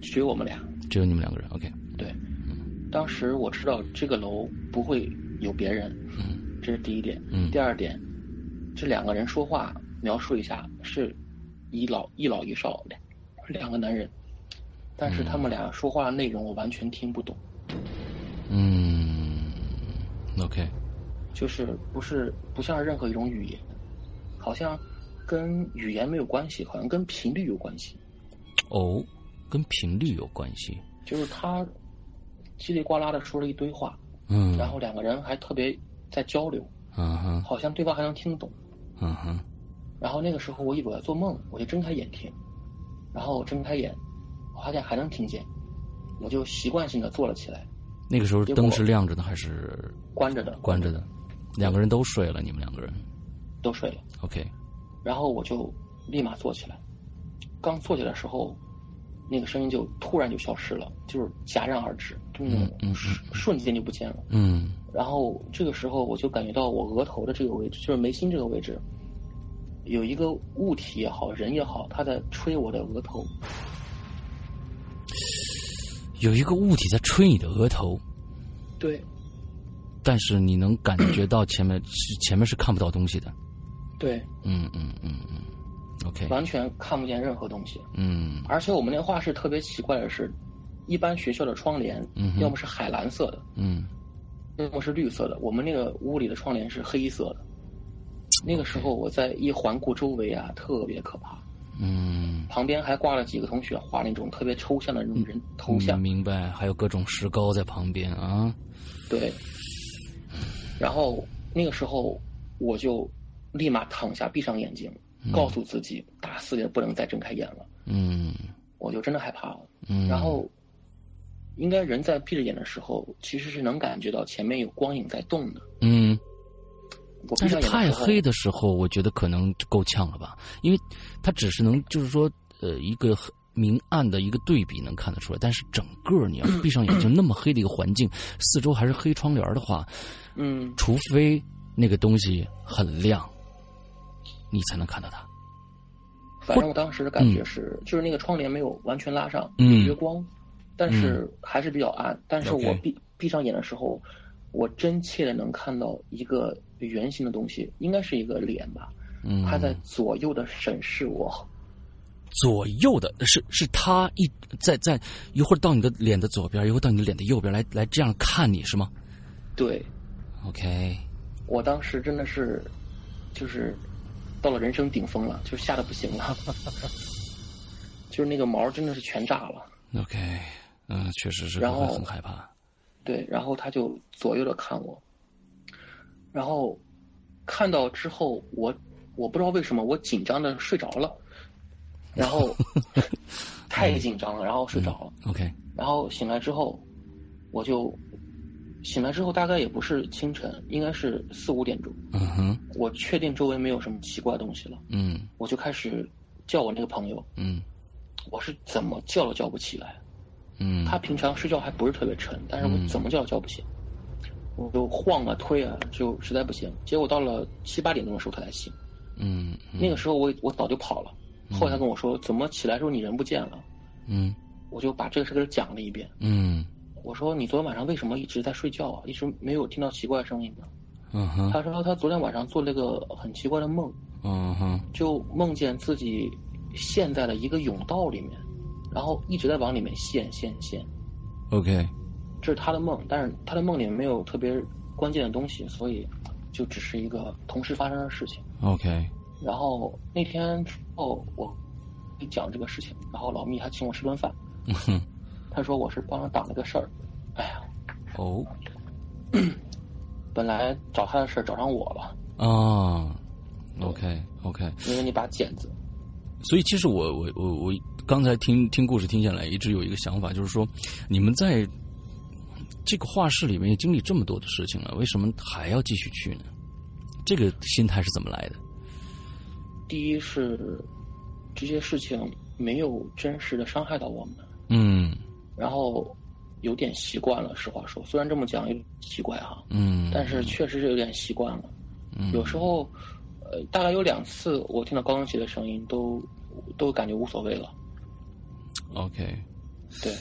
Speaker 4: 只有我们俩。
Speaker 3: 只有你们两个人。OK，
Speaker 4: 对，当时我知道这个楼不会有别人，
Speaker 3: 嗯
Speaker 4: 这是第一点。
Speaker 3: 嗯
Speaker 4: 第二点，这两个人说话，描述一下是一老一老一少两两个男人，但是他们俩说话的内容我完全听不懂，
Speaker 3: 嗯，OK，
Speaker 4: 就是不是不像任何一种语言，好像跟语言没有关系，好像跟频率有关系，
Speaker 3: 哦，跟频率有关系。
Speaker 4: 就是他叽里呱啦的说了一堆话，
Speaker 3: 嗯，
Speaker 4: 然后两个人还特别在交流，
Speaker 3: 嗯哼
Speaker 4: 好像对方还能听懂。
Speaker 3: 嗯哼
Speaker 4: 然后那个时候我以为我在做梦，我就睁开眼听，然后我睁开眼，我发现还能听见，我就习惯性的坐了起来，
Speaker 3: 那个时候
Speaker 4: 结果
Speaker 3: 灯是亮着的还是
Speaker 4: 关着的，
Speaker 3: 关着的？两个人都睡了，你们两个人。
Speaker 4: 都睡了。
Speaker 3: OK，
Speaker 4: 然后我就立马坐起来，刚坐起来的时候，那个声音就突然就消失了，就是戛然而止，就
Speaker 3: 嗯
Speaker 4: 那
Speaker 3: 嗯嗯
Speaker 4: 种瞬瞬间就不见了。
Speaker 3: 嗯
Speaker 4: 然后这个时候我就感觉到我额头的这个位置，就是眉心这个位置，有一个物体也好，人也好，它在吹我的额头。
Speaker 3: 有一个物体在吹你的额头，
Speaker 4: 对，
Speaker 3: 但是你能感觉到前面是前面是看不到东西的。
Speaker 4: 对，
Speaker 3: 嗯嗯嗯嗯，OK，
Speaker 4: 完全看不见任何东西。
Speaker 3: 嗯
Speaker 4: 而且我们那画室特别奇怪的是，一般学校的窗帘
Speaker 3: 嗯哼
Speaker 4: 要么是海蓝色的，
Speaker 3: 嗯
Speaker 4: 要么是绿色的，我们那个屋里的窗帘是黑色的。那个时候我在一环顾周围啊，特别可怕，
Speaker 3: 嗯，
Speaker 4: 旁边还挂了几个同学画那种特别抽象的那种人头像，
Speaker 3: 明白，还有各种石膏在旁边啊。
Speaker 4: 对。然后那个时候我就立马躺下，闭上眼睛，告诉自己大四也不能再睁开眼了，
Speaker 3: 嗯
Speaker 4: 我就真的害怕了。
Speaker 3: 嗯，
Speaker 4: 然后，应该人在闭着眼的时候，其实是能感觉到前面有光影在动的。
Speaker 3: 嗯，
Speaker 4: 我闭
Speaker 3: 但是
Speaker 4: 上眼的
Speaker 3: 太
Speaker 4: 时候
Speaker 3: 黑，的时候，我觉得可能就够呛了吧，因为它只是能就是说呃一个很明暗的一个对比能看得出来，但是整个你要是闭上眼
Speaker 4: <clears throat>
Speaker 3: 睛那么黑的一个环境，四周还是黑窗帘的话，
Speaker 4: 嗯，
Speaker 3: 除非那个东西很亮，你才能看到它。
Speaker 4: 反正我当时的感觉是，就是那个窗帘没有完全拉上，
Speaker 3: 嗯
Speaker 4: 约光，但是还是比较暗。但是
Speaker 3: OK
Speaker 4: 我闭闭上眼的时候，我真切的能看到一个圆形的东西，应该是一个脸吧，
Speaker 3: 嗯，
Speaker 4: 它在左右的审视我。
Speaker 3: 左右的，是是他一在在一会儿到你的脸的左边，一会儿到你的脸的右边，来来这样看你是吗
Speaker 4: 对
Speaker 3: ？OK，
Speaker 4: 我当时真的是，就是到了人生顶峰了，就吓得不行了， <laughs> 就是那个毛真的是全炸了。
Speaker 3: OK，嗯、确实是
Speaker 4: 然
Speaker 3: 会
Speaker 4: 后
Speaker 3: 很害怕。
Speaker 4: 对，然后他就左右的看我，然后看到之后，我我不知道为什么我紧张的睡着了，然后太紧张了，然后睡着了，
Speaker 3: 嗯 OK，
Speaker 4: 然后醒来之后，我就醒来之后大概也不是清晨，应该是四五点钟，
Speaker 3: 嗯哼，
Speaker 4: 我确定周围没有什么奇怪的东西了。
Speaker 3: 嗯
Speaker 4: 我就开始叫我那个朋友，
Speaker 3: 嗯
Speaker 4: 我是怎么叫都叫不起来。
Speaker 3: 嗯，
Speaker 4: 他平常睡觉还不是特别沉，但是
Speaker 3: 嗯
Speaker 4: 我怎么叫都叫不醒，我就晃啊推啊，就实在不行。结果到了七八点钟的时候他才醒，
Speaker 3: 嗯嗯
Speaker 4: 那个时候我我早就跑了。后来他跟我说，怎么起来的时候你人不见了？
Speaker 3: 嗯
Speaker 4: 我就把这个事给他讲了一遍。
Speaker 3: 嗯
Speaker 4: 我说你昨天晚上为什么一直在睡觉啊？一直没有听到奇怪的声音呢？
Speaker 3: 嗯哼
Speaker 4: 他说他昨天晚上做了个很奇怪的梦，
Speaker 3: 嗯哼
Speaker 4: 就梦见自己陷在了一个甬道里面，然后一直在往里面陷陷陷。
Speaker 3: ，OK，
Speaker 4: 这是他的梦，但是他的梦里面没有特别关键的东西，所以就只是一个同时发生的事情。
Speaker 3: ，OK，
Speaker 4: 然后那天之后，我一讲这个事情，然后老密还请我吃顿饭，
Speaker 3: 哼
Speaker 4: 他说我是帮他挡了个事儿。哎呀，
Speaker 3: 哦
Speaker 4: 本来找他的事儿找上我了，
Speaker 3: 啊，OK OK，
Speaker 4: 因为那把剪子。
Speaker 3: 所以其实我我我我刚才听听故事听下来，一直有一个想法，就是说你们在这个画室里面也经历这么多的事情了，为什么还要继续去呢？这个心态是怎么来的？
Speaker 4: 第一是这些事情没有真实的伤害到我们，
Speaker 3: 嗯
Speaker 4: 然后有点习惯了。实话说，虽然这么讲有点奇怪哈、
Speaker 3: 嗯，
Speaker 4: 但是确实是有点习惯了。
Speaker 3: 嗯
Speaker 4: 有时候，呃，大概有两次我听到高跟鞋的声音都都感觉无所谓了。
Speaker 3: OK，
Speaker 4: 对，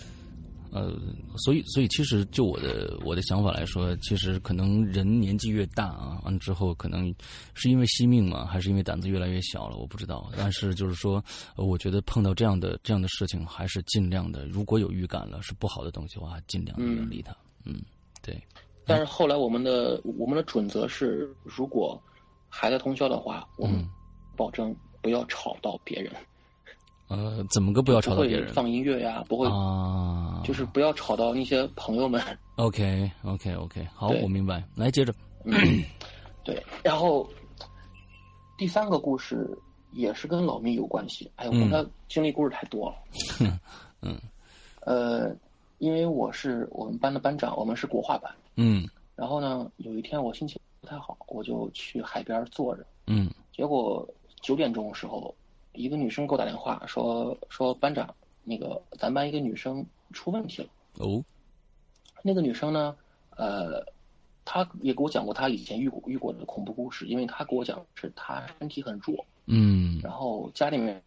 Speaker 3: 呃，所以所以其实就我的我的想法来说，其实可能人年纪越大啊，完了之后可能是因为惜命嘛，还是因为胆子越来越小了，我不知道。但是就是说，呃我觉得碰到这样的这样的事情，还是尽量的，如果有预感了是不好的东西的话，尽量地远离它。嗯，对，
Speaker 4: 但是后来我们的我们的准则是，如果还在通宵的话，我们
Speaker 3: 嗯
Speaker 4: 保证不要吵到别人，
Speaker 3: 呃，怎么个不要吵
Speaker 4: 不
Speaker 3: 到别
Speaker 4: 会
Speaker 3: 人
Speaker 4: 放音乐呀、不会，
Speaker 3: 啊？
Speaker 4: 就是不要吵到那些朋友们。
Speaker 3: OK OK OK，好，
Speaker 4: 对
Speaker 3: 我明白。来接着，
Speaker 4: 嗯，对。然后第三个故事也是跟老密有关系。哎，我
Speaker 3: 嗯
Speaker 4: 跟他经历故事太多了。
Speaker 3: <laughs> 嗯。
Speaker 4: 呃，因为我是我们班的班长，我们是国画班。
Speaker 3: 嗯
Speaker 4: 然后呢，有一天我心情不太好，我就去海边坐着。
Speaker 3: 嗯
Speaker 4: 结果九点钟的时候，一个女生给我打电话说说班长，那个咱班一个女生出问题了。
Speaker 3: 哦
Speaker 4: 那个女生呢，呃，她也给我讲过她以前遇过遇过的恐怖故事，因为她给我讲是她身体很弱，
Speaker 3: 嗯，
Speaker 4: 然后家里面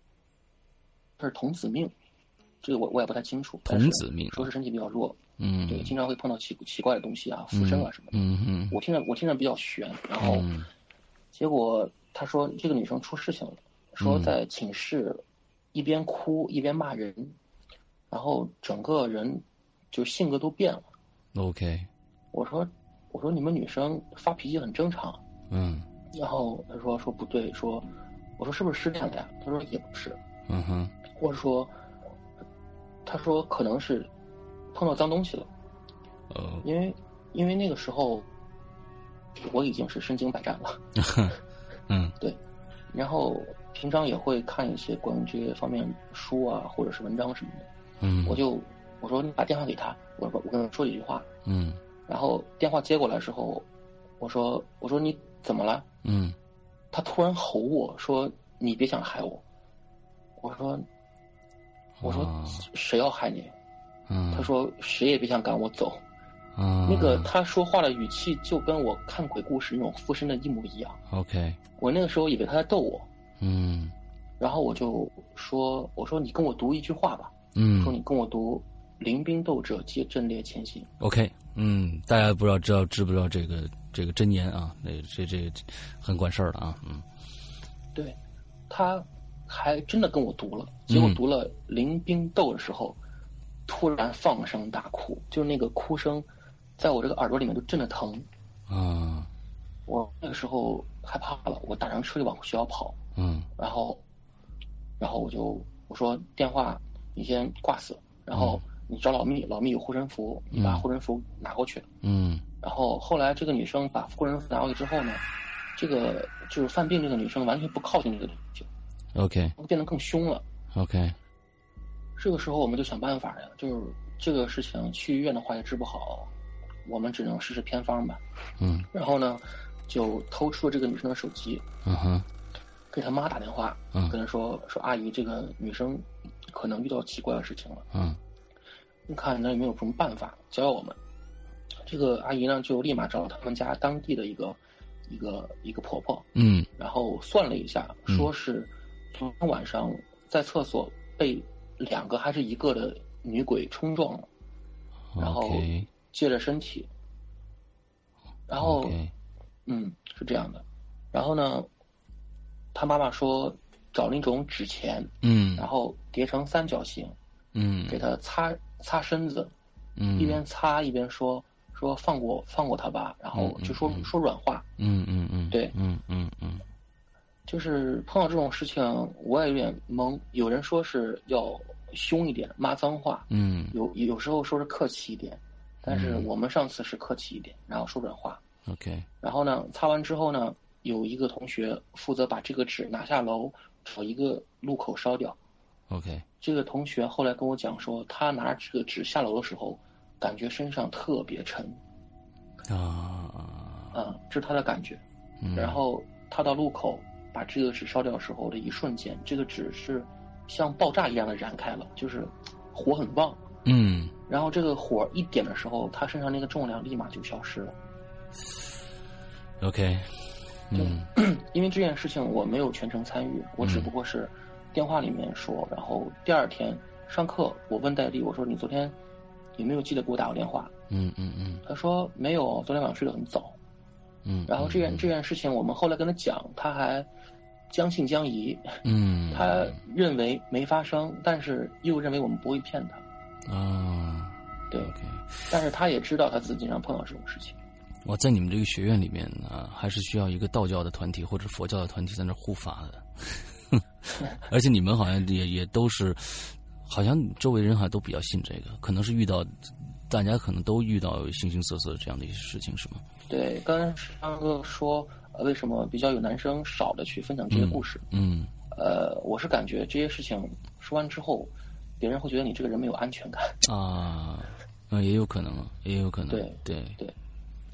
Speaker 4: 她是童子命，这个我我也不太清楚。但是
Speaker 3: 童子命，啊
Speaker 4: 说是身体比较弱，
Speaker 3: 嗯
Speaker 4: 对，经常会碰到奇奇怪的东西啊，
Speaker 3: 嗯
Speaker 4: 附身啊什么的。哦
Speaker 3: 嗯嗯
Speaker 4: 我听着我听着比较悬，然后
Speaker 3: 嗯
Speaker 4: 结果她说这个女生出事情了，说
Speaker 3: 嗯
Speaker 4: 在寝室一边哭一边骂人，然后整个人就性格都变了。
Speaker 3: ，OK，
Speaker 4: 我说我说你们女生发脾气很正常。
Speaker 3: 嗯
Speaker 4: 然后他说说不对，说我说是不是失恋了呀？他说也不是，
Speaker 3: 嗯哼，
Speaker 4: 我说他说可能是碰到脏东西了，
Speaker 3: 哦，
Speaker 4: 因为因为那个时候我已经是身经百战了，
Speaker 3: <laughs> 嗯
Speaker 4: 然后平常也会看一些关于这些方面书啊或者是文章什么的，
Speaker 3: 嗯，
Speaker 4: 我就我说你把电话给他，我我跟他说几句话，
Speaker 3: 嗯
Speaker 4: 然后电话接过来的时候，我说我说你怎么了？
Speaker 3: 嗯
Speaker 4: 他突然吼我说：“你别想害我。”我说：“我说
Speaker 3: 啊
Speaker 4: 谁要害你？”
Speaker 3: 嗯，
Speaker 4: 他说：“谁也别想赶我走。
Speaker 3: 啊，
Speaker 4: 那个他说话的语气就跟我看鬼故事那种附身的一模一样。
Speaker 3: OK，
Speaker 4: 我那个时候以为他在逗我，
Speaker 3: 嗯
Speaker 4: 然后我就说：“我说你跟我读一句话吧。
Speaker 3: 嗯
Speaker 4: 说你跟我读‘临兵斗者皆阵列前行
Speaker 3: ，OK，嗯，大家不知道知道知不知道这个这个真言啊？那这这这很管事儿的啊，嗯，’。
Speaker 4: 对，他还真的跟我读了。结果
Speaker 3: 嗯
Speaker 4: 读了‘临兵斗’的时候，突然放声大哭，就是那个哭声，在我这个耳朵里面就震得疼。
Speaker 3: 啊，
Speaker 4: 我那个时候害怕了，我打上车就往学校跑，
Speaker 3: 嗯
Speaker 4: 然后，然后我就我说电话你先挂死，然后你找老密，老密有护身符，你把
Speaker 3: 嗯
Speaker 4: 护身符拿过去。
Speaker 3: 嗯
Speaker 4: 然后后来这个女生把护身符拿过去之后呢，这个就是犯病这个女生完全不靠近这个东西，
Speaker 3: ，OK
Speaker 4: 变得更凶了。
Speaker 3: OK，
Speaker 4: 这个时候我们就想办法呀，就是这个事情去医院的话也治不好，我们只能试试偏方吧。
Speaker 3: 嗯
Speaker 4: 然后呢，就偷出了这个女生的手机，
Speaker 3: 嗯哼
Speaker 4: 给她妈打电话，
Speaker 3: 嗯
Speaker 4: 跟她说说阿姨，这个女生可能遇到奇怪的事情了，
Speaker 3: 嗯
Speaker 4: 你看那有没有什么办法教教我们？这个阿姨呢就立马找了他们家当地的一个一个一个婆婆，
Speaker 3: 嗯
Speaker 4: 然后算了一下，
Speaker 3: 嗯
Speaker 4: 说是昨天晚上在厕所被两个还是一个的女鬼冲撞了，然后
Speaker 3: ，OK
Speaker 4: 借着身体，然后
Speaker 3: OK，
Speaker 4: 嗯是这样的，然后呢，他妈妈说找那种纸钱，
Speaker 3: 嗯
Speaker 4: 然后叠成三角形，
Speaker 3: 嗯
Speaker 4: 给他擦擦身子，
Speaker 3: 嗯
Speaker 4: 一边擦一边说说放过放过他吧，然后就说
Speaker 3: 嗯嗯嗯
Speaker 4: 说软话，
Speaker 3: 嗯嗯嗯嗯，
Speaker 4: 对
Speaker 3: 嗯嗯嗯
Speaker 4: 就是碰到这种事情，我也有点懵。有人说是要凶一点，骂脏话；
Speaker 3: 嗯
Speaker 4: 有有时候说是客气一点，但是
Speaker 3: 嗯
Speaker 4: 我们上次是客气一点，然后说软话。
Speaker 3: ，OK，
Speaker 4: 然后呢，擦完之后呢，有一个同学负责把这个纸拿下楼，找一个路口烧掉。
Speaker 3: OK，
Speaker 4: 这个同学后来跟我讲说，他拿这个纸下楼的时候，感觉身上特别沉
Speaker 3: 啊，
Speaker 4: 啊、这是他的感觉。
Speaker 3: 嗯
Speaker 4: 然后他到路口把这个纸烧掉的时候的一瞬间，这个纸是像爆炸一样的燃开了，就是火很旺。
Speaker 3: 嗯，
Speaker 4: 然后这个火一点的时候，他身上那个重量立马就消失了。
Speaker 3: OK，嗯
Speaker 4: 因为这件事情我没有全程参与，我只不过是电话里面说，然后第二天上课我问戴笠，我说你昨天有没有记得给我打过电话？
Speaker 3: 嗯嗯嗯
Speaker 4: 他说没有，昨天晚上睡得很早。
Speaker 3: 嗯，
Speaker 4: 然后这件
Speaker 3: 嗯
Speaker 4: 这件事情我们后来跟他讲，他还将信将疑，
Speaker 3: 嗯，
Speaker 4: 他认为没发生，但是又认为我们不会骗他，
Speaker 3: 啊
Speaker 4: 对，
Speaker 3: ，OK，
Speaker 4: 但是他也知道他自己经常碰到这种事情，
Speaker 3: 我在你们这个学院里面啊，还是需要一个道教的团体或者佛教的团体在那儿护法
Speaker 4: <laughs>
Speaker 3: 的，而且你们好像也也都是，好像周围人好像都比较信这个，可能是遇到大家可能都遇到形形色色这样的一些事情，是吗？
Speaker 4: 对，刚刚上哥说。呃为什么比较有男生少的去分享这些故事？
Speaker 3: 嗯
Speaker 4: 呃，我是感觉这些事情说完之后，别人会觉得你这个人没有安全感。
Speaker 3: 啊，嗯，也有可能，也有可能，
Speaker 4: 对
Speaker 3: 对
Speaker 4: 对，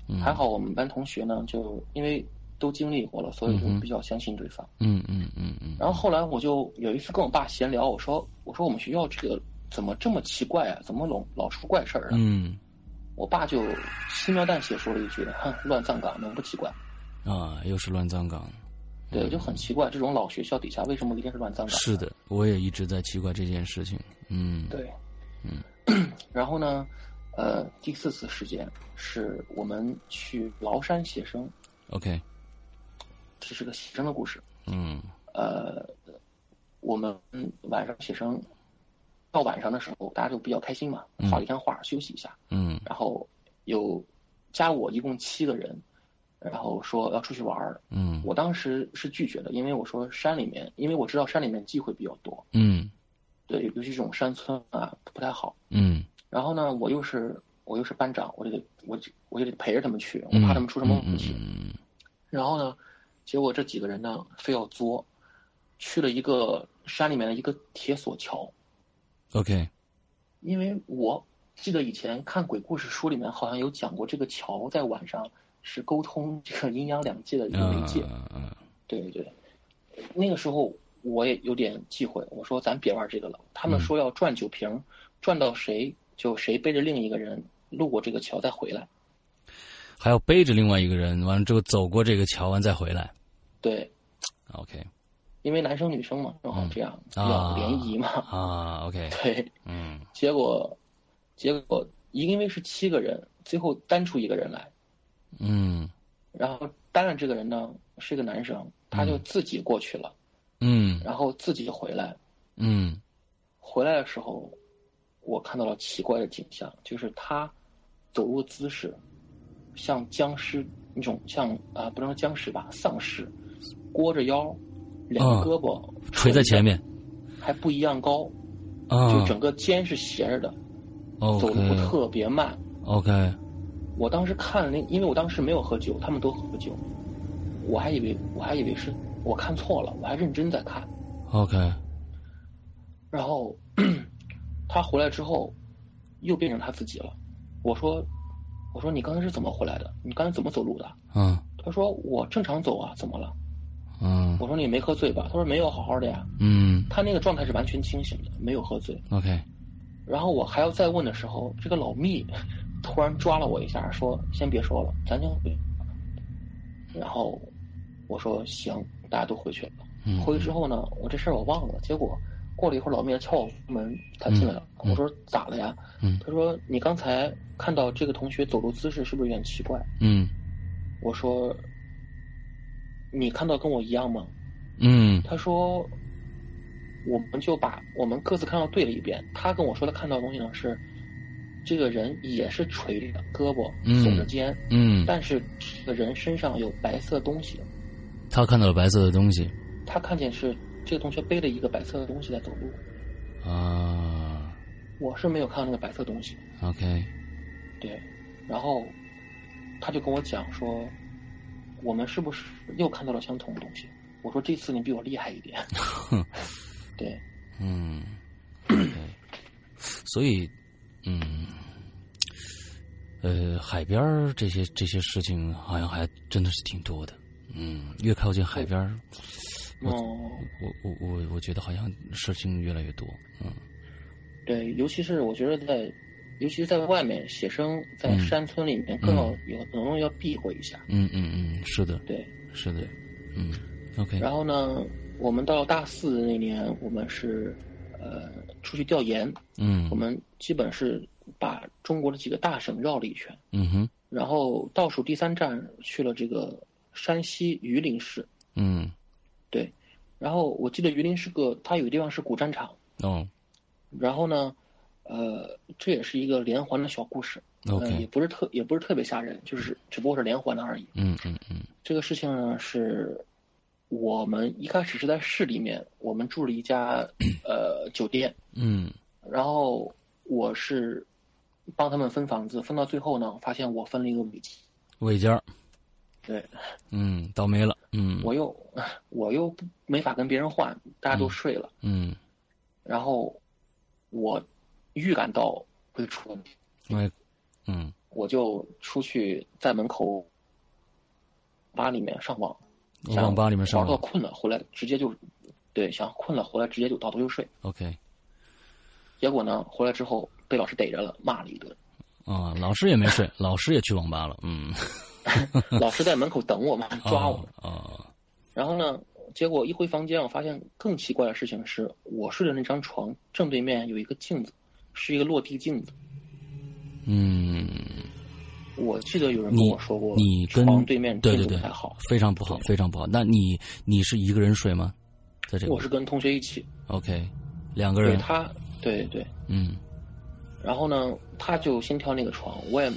Speaker 3: 嗯，
Speaker 4: 还好我们班同学呢，就因为都经历过了，所以就
Speaker 3: 嗯哼
Speaker 4: 比较相信对方。
Speaker 3: 嗯，嗯嗯嗯嗯，
Speaker 4: 然后后来我就有一次跟我爸闲聊，我说我说我们学校这个怎么这么奇怪啊？怎么老老出怪事儿啊？
Speaker 3: 嗯
Speaker 4: 我爸就轻描淡写说了一句：“哼，乱葬岗能不奇怪
Speaker 3: 啊，又是乱葬岗，？”
Speaker 4: 对，我就很奇怪，这种老学校底下为什么一定是乱葬岗？
Speaker 3: 是的，我也一直在奇怪这件事情，嗯，
Speaker 4: 对，
Speaker 3: 嗯。
Speaker 4: <clears throat> 然后呢，呃，第四次事件是我们去崂山写生，
Speaker 3: ，OK，
Speaker 4: 这是个写生的故事。
Speaker 3: 嗯
Speaker 4: 呃，我们晚上写生，到晚上的时候大家就比较开心嘛，
Speaker 3: 嗯
Speaker 4: 画了一天画休息一下，
Speaker 3: 嗯
Speaker 4: 然后有加我一共七个人，然后说要出去玩儿。
Speaker 3: 嗯
Speaker 4: 我当时是拒绝的，因为我说山里面，因为我知道山里面忌讳比较多，
Speaker 3: 嗯
Speaker 4: 对，尤其这种山村啊不太好。
Speaker 3: 嗯，
Speaker 4: 然后呢，我又是我又是班长，我就得我就我就得陪着他们去，我
Speaker 3: 嗯
Speaker 4: 怕他们出什么问
Speaker 3: 嗯
Speaker 4: 题。
Speaker 3: 嗯
Speaker 4: 然后呢，结果这几个人呢非要作，去了一个山里面的一个铁索桥，
Speaker 3: ，OK，
Speaker 4: 因为我记得以前看鬼故事书里面好像有讲过，这个桥在晚上是沟通这个阴阳两界的一个媒介。
Speaker 3: 嗯
Speaker 4: 对对对，那个时候我也有点忌讳，我说咱别玩这个了。他
Speaker 3: 嗯
Speaker 4: 们说要转酒瓶，转到谁就谁背着另一个人路过这个桥再回来。
Speaker 3: 还要背着另外一个人，完了之后走过这个桥，完再回来
Speaker 4: 对，
Speaker 3: ，OK
Speaker 4: 因为男生女生嘛，正好这样、
Speaker 3: 嗯
Speaker 4: 要
Speaker 3: 啊
Speaker 4: 联谊嘛。 <laughs>
Speaker 3: 啊，OK，
Speaker 4: 对，
Speaker 3: 嗯
Speaker 4: 结果，结果因为是七个人，最后单出一个人来，
Speaker 3: 嗯
Speaker 4: 然后当然这个人呢是个男生，他就自己过去了，
Speaker 3: 嗯
Speaker 4: 然后自己回来。
Speaker 3: 嗯
Speaker 4: 回来的时候，我看到了奇怪的景象，就是他走路姿势像僵尸那种，像啊、不能说僵尸吧，丧尸，弓着腰，两
Speaker 3: 啊
Speaker 4: 个胳膊
Speaker 3: 嗯垂在前
Speaker 4: 面，
Speaker 3: 面
Speaker 4: 还不一样高，
Speaker 3: 啊
Speaker 4: 就整个肩是斜着的，走路
Speaker 3: ，OK
Speaker 4: 特别慢。
Speaker 3: OK，
Speaker 4: 我当时看了那，因为我当时没有喝酒，他们都喝酒，我还以为我还以为是我看错了，我还认真在看。
Speaker 3: OK，
Speaker 4: 然后 <clears throat> 他回来之后，又变成他自己了。我说，我说你刚才是怎么回来的？你刚才怎么走路的？
Speaker 3: 嗯
Speaker 4: 他说我正常走啊，怎么了？
Speaker 3: 嗯
Speaker 4: 我说你没喝醉吧？他说没有，好好的呀。
Speaker 3: 嗯
Speaker 4: 他那个状态是完全清醒的，没有喝醉。
Speaker 3: ，OK，
Speaker 4: 然后我还要再问的时候，这个老密突然抓了我一下，说：“先别说了，咱先回。”然后我说：“行，大家都回去了。”
Speaker 3: 嗯
Speaker 4: 回去之后呢，我这事儿我忘了。结果过了一会儿，老密来敲我门，他进来了。
Speaker 3: 嗯
Speaker 4: 我说：“咋了呀？”
Speaker 3: 嗯
Speaker 4: 他说：“你刚才看到这个同学走路姿势是不是有点奇怪
Speaker 3: 嗯？”
Speaker 4: 我说：“你看到跟我一样吗？”
Speaker 3: 嗯
Speaker 4: 他说，我们就把我们各自看到对了一遍。他跟我说他看到的东西呢是，这个人也是垂着胳膊
Speaker 3: 嗯
Speaker 4: 耸着肩，
Speaker 3: 嗯，
Speaker 4: 但是这个人身上有白色东西，
Speaker 3: 他看到了白色的东西
Speaker 4: 他看见是这个同学背了一个白色的东西在走路，
Speaker 3: 啊。
Speaker 4: 我是没有看到那个白色东西，
Speaker 3: OK，
Speaker 4: 对，然后他就跟我讲说，我们是不是又看到了相同的东西？我说这次你比我厉害
Speaker 3: <laughs>
Speaker 4: 一点，对，
Speaker 3: 嗯，OK，所以，嗯，呃，海边儿这些这些事情好像还真的是挺多的。嗯，越靠近海边儿，
Speaker 4: 嗯，
Speaker 3: 我我我我觉得好像事情越来越多。嗯
Speaker 4: 对，尤其是我觉得在，尤其是在外面写生，在
Speaker 3: 嗯
Speaker 4: 山村里面更要有很多东西要避讳一下，
Speaker 3: 嗯嗯嗯，是的，
Speaker 4: 对。
Speaker 3: 是的，嗯，OK，
Speaker 4: 然后呢，我们到大四那年，我们是呃出去调研，
Speaker 3: 嗯
Speaker 4: 我们基本是把中国的几个大省绕了一圈，
Speaker 3: 嗯哼
Speaker 4: 然后倒数第三站去了这个山西榆林市，
Speaker 3: 嗯
Speaker 4: 对，然后我记得榆林是个，它有个地方是古战场，
Speaker 3: 哦
Speaker 4: 然后呢，呃，这也是一个连环的小故事，呃，也
Speaker 3: ，OK，
Speaker 4: 不是特也不是特别吓人，就是只不过是连环的而已。
Speaker 3: 嗯嗯嗯
Speaker 4: 这个事情呢是，我们一开始是在市里面，我们住了一家呃酒店，
Speaker 3: 嗯
Speaker 4: 然后我是帮他们分房子，分到最后呢，发现我分了一个尾间，
Speaker 3: 魏尖儿，
Speaker 4: 对
Speaker 3: 嗯，倒霉了，嗯
Speaker 4: 我又我又不没法跟别人换，大家都
Speaker 3: 嗯
Speaker 4: 睡了，
Speaker 3: 嗯，
Speaker 4: 然后我预感到会出问题，
Speaker 3: 哎，嗯
Speaker 4: 我就出去在门口吧里面上网，
Speaker 3: 我网吧里面上
Speaker 4: 玩到
Speaker 3: 网
Speaker 4: 困了回来直接就，对，想困了回来直接就倒头就睡。
Speaker 3: ，OK，
Speaker 4: 结果呢，回来之后被老师逮着了，骂了
Speaker 3: <laughs>
Speaker 4: 一顿。
Speaker 3: 啊，老师也没
Speaker 4: <laughs>
Speaker 3: 睡，老师也去网吧了，嗯，
Speaker 4: 老师在门口等我嘛，抓我。
Speaker 3: 啊啊，
Speaker 4: 然后呢，结果一回房间，我发现更奇怪的事情是，我睡的那张床正对面有一个镜子，是一个落地镜子。
Speaker 3: 嗯，
Speaker 4: 我记得有人跟
Speaker 3: 你
Speaker 4: 我说过，
Speaker 3: 你跟
Speaker 4: 床对面
Speaker 3: 对
Speaker 4: 镜
Speaker 3: 对
Speaker 4: 子
Speaker 3: 对
Speaker 4: 不太好。，
Speaker 3: 非常不好，非常不好。那你你是一个人睡吗？在这个
Speaker 4: 我是跟同学一起，
Speaker 3: OK，两个
Speaker 4: 对
Speaker 3: 人，
Speaker 4: 他，对对。
Speaker 3: 嗯
Speaker 4: 然后呢，他就先挑那个床，我也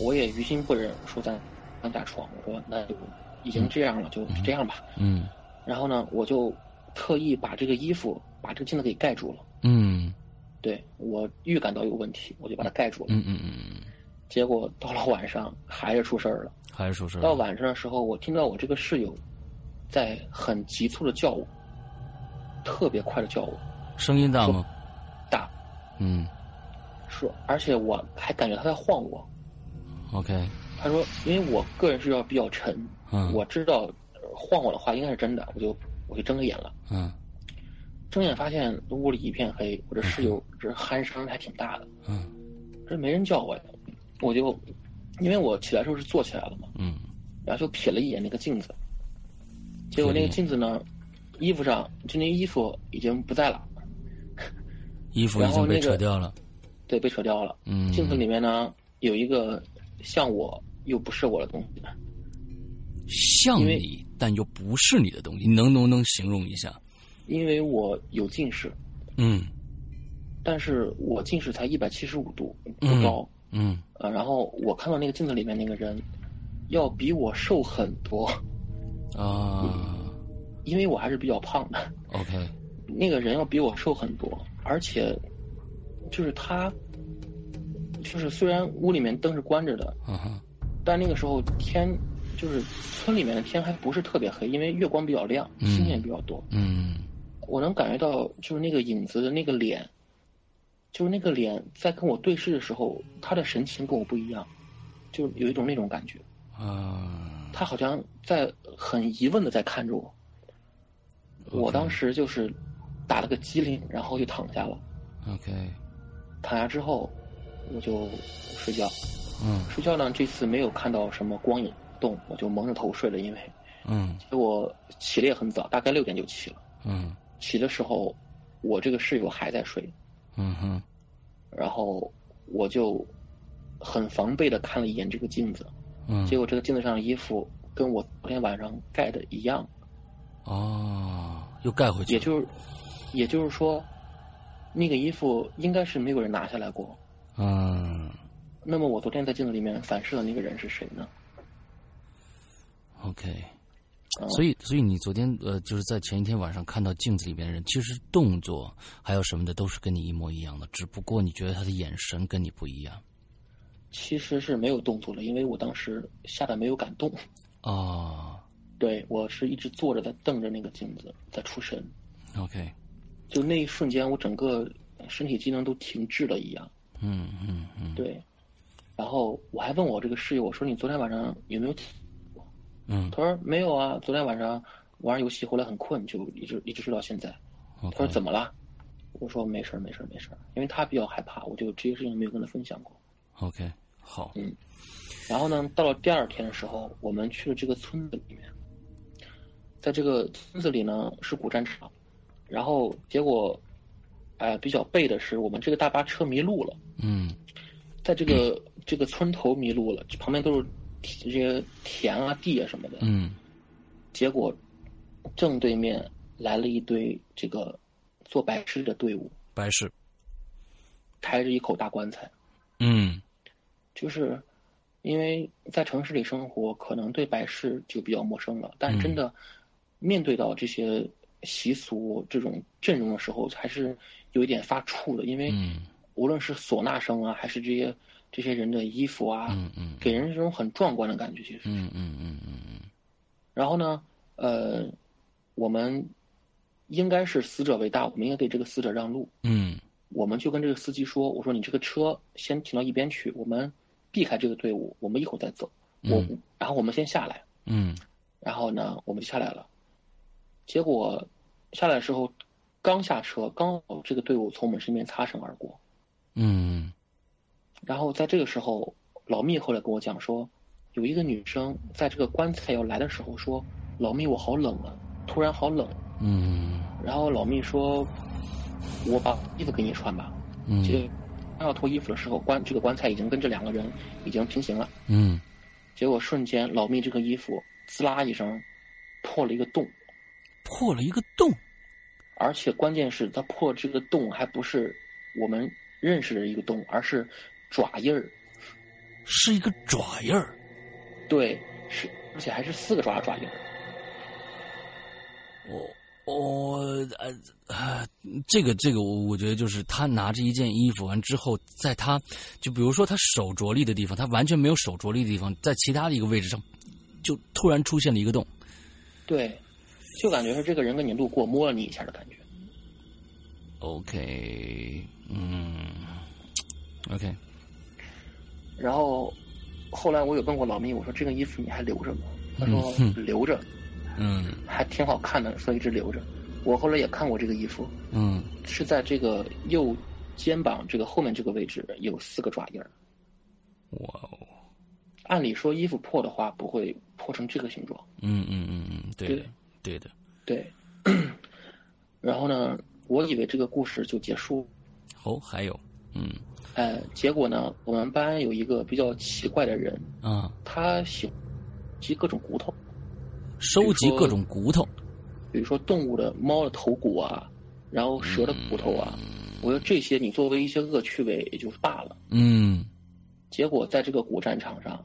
Speaker 4: 我也于心不忍，说咱咱俩床，我说那就已经这样了，就这样吧。
Speaker 3: 嗯
Speaker 4: 然后呢，我就特意把这个衣服把这个镜子给盖住了。
Speaker 3: 嗯
Speaker 4: 对我预感到有问题，我就把它盖住了。
Speaker 3: 嗯嗯嗯，
Speaker 4: 结果到了晚上还是出事儿了。
Speaker 3: 还是出事
Speaker 4: 到晚上的时候，我听到我这个室友在很急促的叫我，特别快的叫我，
Speaker 3: 声音大吗？
Speaker 4: 大
Speaker 3: 嗯
Speaker 4: 说，而且我还感觉他在晃我。
Speaker 3: ，OK，
Speaker 4: 他说，因为我个人是要比较沉，
Speaker 3: 嗯，
Speaker 4: 我知道呃晃我的话应该是真的，我就我就睁个眼了。
Speaker 3: 嗯
Speaker 4: 睁眼发现屋里一片黑，我这室友这鼾声还挺大的，
Speaker 3: 嗯
Speaker 4: 这没人叫我呀，我就因为我起来的时候是坐起来了嘛，
Speaker 3: 嗯
Speaker 4: 然后就瞥了一眼那个镜子，结果那个镜子呢，衣服上就那衣服已经不在了，
Speaker 3: 衣服已经被扯掉了，
Speaker 4: 对，被扯掉了。
Speaker 3: 嗯，
Speaker 4: 镜子里面呢有一个像我又不是我的东西，
Speaker 3: 像你，但又不是你的东西，能能能形容一下？
Speaker 4: 因为我有近视，
Speaker 3: 嗯
Speaker 4: 但是我近视才一百七十五度，不
Speaker 3: 嗯
Speaker 4: 高。
Speaker 3: 嗯
Speaker 4: 呃，然后我看到那个镜子里面那个人，要比我瘦很多，
Speaker 3: 啊
Speaker 4: 因为我还是比较胖的。
Speaker 3: ，OK，
Speaker 4: 那个人要比我瘦很多，而且，就是他，就是虽然屋里面灯是关着的，
Speaker 3: 嗯哼。
Speaker 4: 但那个时候天就是村里面的天还不是特别黑，因为月光比较亮，
Speaker 3: 嗯
Speaker 4: 星星也比较多。
Speaker 3: 嗯
Speaker 4: 我能感觉到，就是那个影子的那个脸，就是那个脸在跟我对视的时候，他的神情跟我不一样，就有一种那种感觉。
Speaker 3: 嗯啊，
Speaker 4: 他好像在很疑问的在看着我。我当时就是打了个激灵，然后就躺下了。
Speaker 3: OK，
Speaker 4: 躺下之后，我就睡觉。
Speaker 3: 嗯
Speaker 4: 睡觉呢，这次没有看到什么光影动，我就蒙着头睡了。因为
Speaker 3: 嗯
Speaker 4: 结果起的也很早，大概六点就起了。
Speaker 3: 嗯
Speaker 4: 起的时候，我这个室友还在睡，
Speaker 3: 嗯哼
Speaker 4: 然后我就很防备的看了一眼这个镜子，
Speaker 3: 嗯，
Speaker 4: 结果这个镜子上的衣服跟我昨天晚上盖的一样，
Speaker 3: 哦，又盖回去
Speaker 4: 也
Speaker 3: 了，
Speaker 4: 就是，也就是说，那个衣服应该是没有人拿下来过，
Speaker 3: 嗯
Speaker 4: 那么我昨天在镜子里面反射的那个人是谁呢？
Speaker 3: OK，
Speaker 4: 嗯
Speaker 3: 所以所以你昨天呃，就是在前一天晚上看到镜子里面的人，其实动作还有什么的都是跟你一模一样的，只不过你觉得他的眼神跟你不一样
Speaker 4: 其实是没有动作了，因为我当时吓得没有敢动。
Speaker 3: 哦。
Speaker 4: 对我是一直坐着在瞪着那个镜子在出神，
Speaker 3: OK，
Speaker 4: 就那一瞬间我整个身体机能都停滞了一样。
Speaker 3: 嗯嗯嗯
Speaker 4: 对，然后我还问我这个室友，我说你昨天晚上有没有起？
Speaker 3: 嗯
Speaker 4: 他说没有啊，昨天晚上玩游戏回来很困，就一直一直睡到现在。他说
Speaker 3: ，OK，
Speaker 4: 怎么了？我说没事儿没事儿没事儿，因为他比较害怕，我就这些事情没有跟他分享过。
Speaker 3: OK，好，
Speaker 4: 然后呢，到了第二天的时候，我们去了这个村子里面，在这个村子里呢是古战场，然后结果，哎、比较背的是我们这个大巴车迷路了，
Speaker 3: 嗯
Speaker 4: 在这个这个村头迷路了，旁边都是田这些田啊地啊什么的，
Speaker 3: 嗯
Speaker 4: 结果正对面来了一堆这个做白事的队伍，
Speaker 3: 白事，
Speaker 4: 抬着一口大棺材，
Speaker 3: 嗯
Speaker 4: 就是因为在城市里生活，可能对白事就比较陌生了。但是
Speaker 3: 嗯
Speaker 4: 真的面对到这些习俗、这种阵容的时候，还是有一点发怵的，因为
Speaker 3: 嗯
Speaker 4: 无论是唢呐声啊，还是这些这些人的衣服啊，
Speaker 3: 嗯嗯
Speaker 4: 给人这种很壮观的感觉。其实，
Speaker 3: 嗯嗯嗯嗯
Speaker 4: 然后呢，呃，我们应该是死者为大，我们应该给这个死者让路。
Speaker 3: 嗯
Speaker 4: 我们就跟这个司机说：“我说你这个车先停到一边去，我们避开这个队伍，我们一会儿再走。我、
Speaker 3: 嗯
Speaker 4: 然后我们先下来，
Speaker 3: 嗯
Speaker 4: 然后呢，我们就下来了。结果下来的时候，刚下车，刚好这个队伍从我们身边擦身而过。
Speaker 3: 嗯
Speaker 4: 然后在这个时候，老密后来跟我讲说，有一个女生在这个棺材要来的时候说：‘老密，我好冷啊，突然好冷。’
Speaker 3: 嗯
Speaker 4: 然后老密说：‘我把衣服给你穿吧。’这
Speaker 3: 嗯
Speaker 4: 个刚要脱衣服的时候，棺这个棺材已经跟这两个人已经平行了。
Speaker 3: 嗯，
Speaker 4: 结果瞬间，老密这个衣服滋啦一声破了一个洞，
Speaker 3: 破了一个洞，
Speaker 4: 而且关键是它破这个洞还不是我们认识的一个洞，而是爪印儿。
Speaker 3: 是一个爪印儿，
Speaker 4: 对，是而且还是四个爪爪印儿。
Speaker 3: 我我呃呃，这个这个，我我觉得就是他拿着一件衣服完之后，在他就比如说他手着力的地方，他完全没有手着力的地方，在其他的一个位置上，就突然出现了一个洞。
Speaker 4: 对，就感觉是这个人跟你路过摸了你一下的感觉。
Speaker 3: OK，嗯，OK，
Speaker 4: 然后后来我有问过老密，我说这个衣服你还留着吗？他说
Speaker 3: 嗯
Speaker 4: 留着，
Speaker 3: 嗯
Speaker 4: 还挺好看的，所以一直留着。我后来也看过这个衣服，
Speaker 3: 嗯
Speaker 4: 是在这个右肩膀这个后面这个位置有四个爪印儿。
Speaker 3: 哇哦，
Speaker 4: 按理说衣服破的话不会破成这个形状，
Speaker 3: 嗯嗯嗯嗯，对的对
Speaker 4: 对
Speaker 3: 的，
Speaker 4: 对。 <clears throat> 然后呢，我以为这个故事就结束，
Speaker 3: 哦，还有，嗯
Speaker 4: 呃，结果呢，我们班有一个比较奇怪的人，
Speaker 3: 啊，
Speaker 4: 他喜欢集各种骨头，
Speaker 3: 收集各种骨头，
Speaker 4: 比如说动物的猫的头骨啊，然后蛇的骨头啊。我说这些你作为一些恶趣味也就罢了，
Speaker 3: 嗯
Speaker 4: 结果在这个古战场上，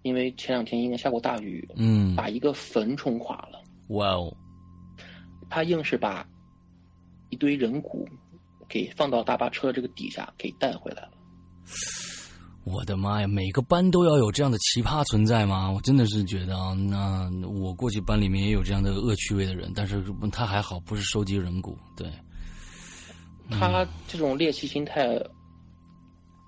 Speaker 4: 因为前两天应该下过大雨，
Speaker 3: 嗯，
Speaker 4: 把一个坟冲垮了。
Speaker 3: 哇哦，
Speaker 4: 他硬是把一堆人骨给放到大巴车这个底下给带回来了。
Speaker 3: 我的妈呀！每个班都要有这样的奇葩存在吗？我真的是觉得啊，那我过去班里面也有这样的恶趣味的人，但是他还好不是收集人骨，对，
Speaker 4: 他这种猎奇心态，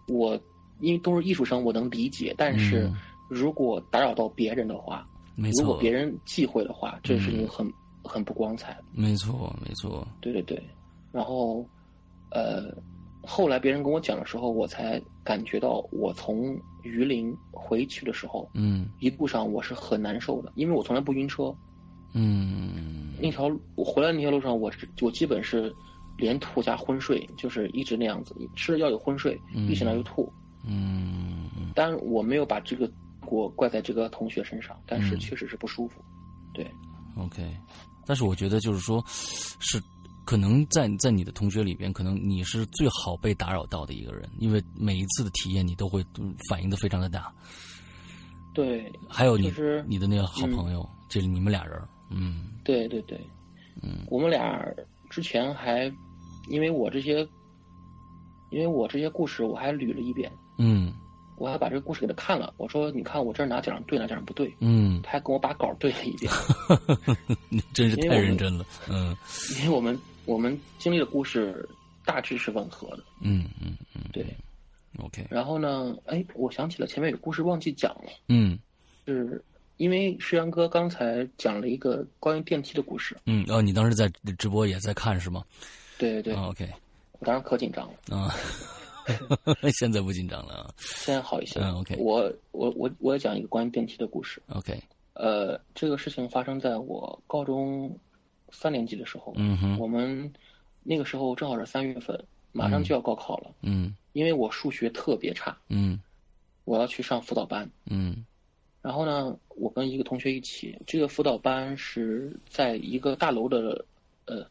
Speaker 4: 我因为都是艺术生，我能理解。但是
Speaker 3: 嗯
Speaker 4: 如果打扰到别人的话，
Speaker 3: 没
Speaker 4: 如果
Speaker 3: 错，嗯
Speaker 4: 别人忌讳的话，这是一个很、很不光彩的。
Speaker 3: 没错，没错，
Speaker 4: 对对对，然后，呃，后来别人跟我讲的时候，我才感觉到，我从榆林回去的时候，
Speaker 3: 嗯
Speaker 4: 一路上我是很难受的，因为我从来不晕车。
Speaker 3: 嗯
Speaker 4: 那条我回来那条路上，我是我基本是连吐加昏睡，就是一直那样子，吃了药就昏睡，
Speaker 3: 嗯
Speaker 4: 一醒来就吐。
Speaker 3: 嗯嗯
Speaker 4: 当然，我没有把这个我怪在这个同学身上，但是
Speaker 3: 嗯
Speaker 4: 确实是不舒服。对，
Speaker 3: ，OK。但是我觉得就是说，是可能在在你的同学里边，可能你是最好被打扰到的一个人，因为每一次的体验你都会嗯反应的非常的大。
Speaker 4: 对
Speaker 3: 还哦有你、
Speaker 4: 就是嗯
Speaker 3: 你的那个好朋友，这是你们俩人儿，嗯
Speaker 4: 对对对，
Speaker 3: 嗯，
Speaker 4: 我们俩之前还因为我这些，因为我这些故事我还捋了一遍，
Speaker 3: 嗯
Speaker 4: 我还把这个故事给他看了，我说你看我这儿哪点儿对哪点儿不对，
Speaker 3: 嗯，
Speaker 4: 他还跟我把稿儿对了一遍， <laughs>
Speaker 3: 你真是
Speaker 4: 因为
Speaker 3: 太
Speaker 4: 我
Speaker 3: 认
Speaker 4: 们
Speaker 3: 真了，嗯
Speaker 4: 因为我们我们经历的故事大致是吻合的，
Speaker 3: 嗯嗯
Speaker 4: 对。
Speaker 3: ，OK，
Speaker 4: 然后呢，哎，我想起了前面有故事忘记讲了，
Speaker 3: 嗯
Speaker 4: 是因为石阳哥刚才讲了一个关于电梯的故事，
Speaker 3: 嗯，哦，你当时在直播也在看是吗？
Speaker 4: 对对对，
Speaker 3: 啊，OK，
Speaker 4: 我当时可紧张了，
Speaker 3: 啊， <laughs> 现在不紧张了啊
Speaker 4: 现在好一些。
Speaker 3: 嗯，OK
Speaker 4: 我我我我也讲一个关于电梯的故事。
Speaker 3: ，OK，
Speaker 4: 呃，这个事情发生在我高中三年级的时候，
Speaker 3: 嗯哼，
Speaker 4: 我们那个时候正好是三月份，马上就要高考了，
Speaker 3: 嗯
Speaker 4: 因为我数学特别差，
Speaker 3: 嗯
Speaker 4: 我要去上辅导班。
Speaker 3: 嗯
Speaker 4: 然后呢，我跟一个同学一起，这个辅导班是在一个大楼的，呃，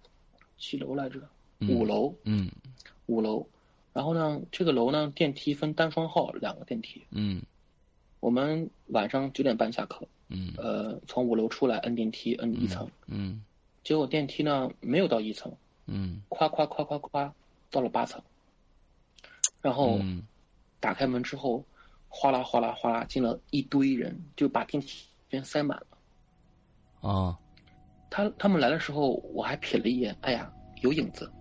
Speaker 4: 几楼来着？
Speaker 3: 嗯
Speaker 4: 五楼，
Speaker 3: 嗯
Speaker 4: 五楼。然后呢，这个楼呢，电梯分单双号两个电梯。
Speaker 3: 嗯
Speaker 4: 我们晚上九点半下课，
Speaker 3: 嗯
Speaker 4: 呃，从五楼出来摁电梯，摁一层。
Speaker 3: 嗯
Speaker 4: 结果电梯呢没有到一层，
Speaker 3: 嗯，
Speaker 4: 夸夸夸夸夸，到了八层。然后
Speaker 3: 嗯
Speaker 4: 打开门之后，哗啦哗啦哗啦进了一堆人，就把电梯边塞满了。
Speaker 3: 啊，
Speaker 4: 他他们来的时候，我还瞥了一眼，哎呀，有影
Speaker 3: <laughs>
Speaker 4: 子。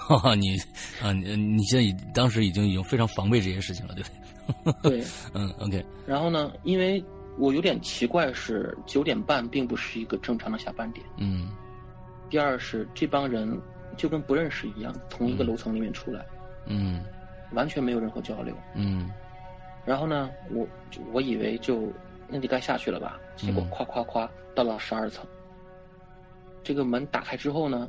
Speaker 3: 哈哈，你啊你你现在已当时已经已经非常防备这些事情了，对不对？
Speaker 4: 对，
Speaker 3: 嗯，OK，
Speaker 4: 然后呢，因为我有点奇怪是九点半并不是一个正常的下班点。
Speaker 3: 嗯
Speaker 4: 第二是这帮人就跟不认识一样，从一个楼层里面出来，
Speaker 3: 嗯
Speaker 4: 完全没有任何交流。
Speaker 3: 嗯
Speaker 4: 然后呢，我就我以为就那就该下去了吧，结果
Speaker 3: 嗯
Speaker 4: 夸夸夸到了十二层。这个门打开之后呢，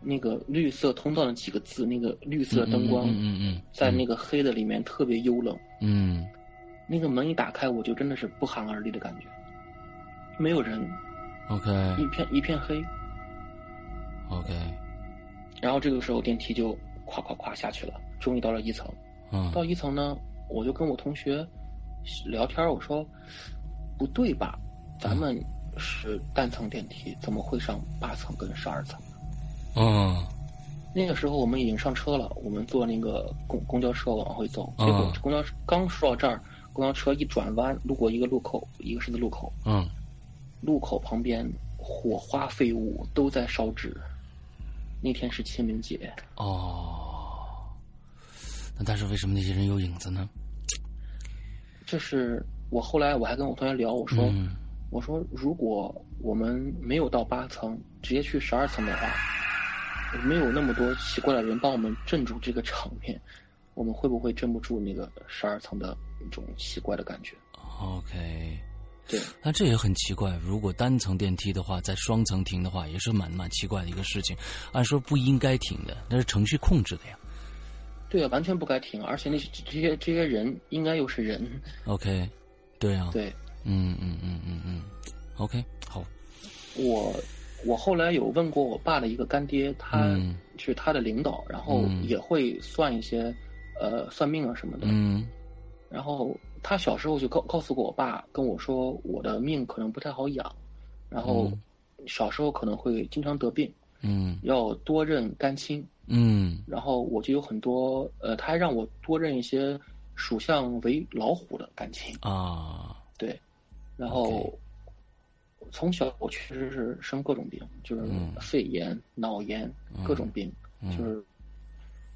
Speaker 4: 那个绿色通道的几个字，那个绿色的灯光
Speaker 3: 嗯嗯嗯，
Speaker 4: 在那个黑的里面特别幽冷。
Speaker 3: 嗯
Speaker 4: 那个门一打开，我就真的是不寒而栗的感觉，没有人，
Speaker 3: ，OK
Speaker 4: 一片一片黑。
Speaker 3: OK，
Speaker 4: 然后这个时候电梯就咵咵咵下去了，终于到了一层。
Speaker 3: 嗯
Speaker 4: 到一层呢，我就跟我同学聊天，我说不对吧，咱们是单层电梯，怎么会上八层跟十二层？
Speaker 3: 嗯
Speaker 4: 那个时候我们已经上车了，我们坐那个公公交车往回走，
Speaker 3: 嗯
Speaker 4: 结果公交车刚说到这儿，公交车一转弯，路过一个路口，一个十字路口，
Speaker 3: 嗯，
Speaker 4: 路口旁边火花飞舞，都在烧纸。那天是清明节，
Speaker 3: 哦，那但是为什么那些人有影子呢？
Speaker 4: 这是我后来我还跟我同学聊，我说、
Speaker 3: 嗯
Speaker 4: 我说如果我们没有到八层，直接去十二层的话，没有那么多奇怪的人帮我们镇住这个场面，我们会不会镇不住那个十二层的一种奇怪的感觉？
Speaker 3: ，OK。
Speaker 4: 对，
Speaker 3: 那这也很奇怪，如果单层电梯的话，在双层停的话，也是蛮蛮奇怪的一个事情。按说不应该停的，那是程序控制的呀。
Speaker 4: 对啊，完全不该停，而且那些这些这些人应该又是人，
Speaker 3: OK，对呀、
Speaker 4: 对
Speaker 3: 嗯嗯嗯嗯嗯，OK，好，
Speaker 4: 我。我后来有问过我爸的一个干爹，他
Speaker 3: 嗯
Speaker 4: 是他的领导，然后
Speaker 3: 嗯
Speaker 4: 也会算一些，呃，算命啊什么的。
Speaker 3: 嗯
Speaker 4: 然后他小时候就告告诉过我爸，跟我说我的命可能不太好养，然后
Speaker 3: 嗯
Speaker 4: 小时候可能会经常得病，
Speaker 3: 嗯
Speaker 4: 要多认干亲。
Speaker 3: 嗯
Speaker 4: 然后我就有很多呃，他还让我多认一些属相为老虎的干亲。
Speaker 3: 啊，
Speaker 4: 对，然后
Speaker 3: OK
Speaker 4: 从小我确实是生各种病，就是
Speaker 3: 嗯
Speaker 4: 肺炎、脑炎
Speaker 3: 嗯
Speaker 4: 各种病，
Speaker 3: 嗯
Speaker 4: 就是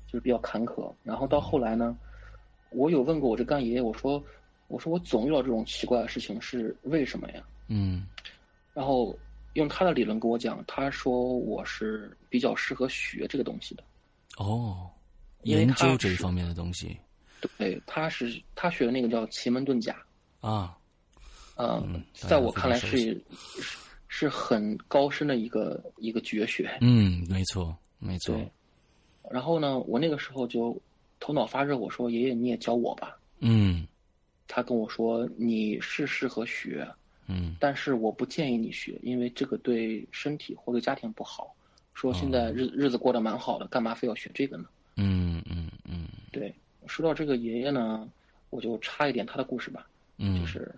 Speaker 4: 就是比较坎坷。然后到后来呢，
Speaker 3: 嗯
Speaker 4: 我有问过我这干爷爷，我说我说我总遇到这种奇怪的事情是为什么呀？
Speaker 3: 嗯
Speaker 4: 然后用他的理论跟我讲，他说我是比较适合学这个东西的，
Speaker 3: 哦，
Speaker 4: 因为
Speaker 3: 研
Speaker 4: 他
Speaker 3: 究这一
Speaker 4: 是
Speaker 3: 方面的东西
Speaker 4: 对，他是他学的那个叫奇门遁甲，
Speaker 3: 啊，
Speaker 4: 呃
Speaker 3: 嗯大家
Speaker 4: 在我
Speaker 3: 非
Speaker 4: 看来
Speaker 3: 常熟悉
Speaker 4: 是是是很高深的一个一个绝学。
Speaker 3: 嗯，没错没错，
Speaker 4: 对，然后呢，我那个时候就头脑发热，我说：“爷爷，你也教我吧。
Speaker 3: 嗯”
Speaker 4: 他跟我说：“你是适合学，
Speaker 3: 嗯
Speaker 4: 但是我不建议你学，因为这个对身体或对家庭不好。说现
Speaker 3: 哦
Speaker 4: 在日日子过得蛮好的，干嘛非要学这个呢？
Speaker 3: 嗯嗯嗯
Speaker 4: 对，说到这个爷爷呢，我就插一点他的故事吧，
Speaker 3: 嗯，
Speaker 4: 就是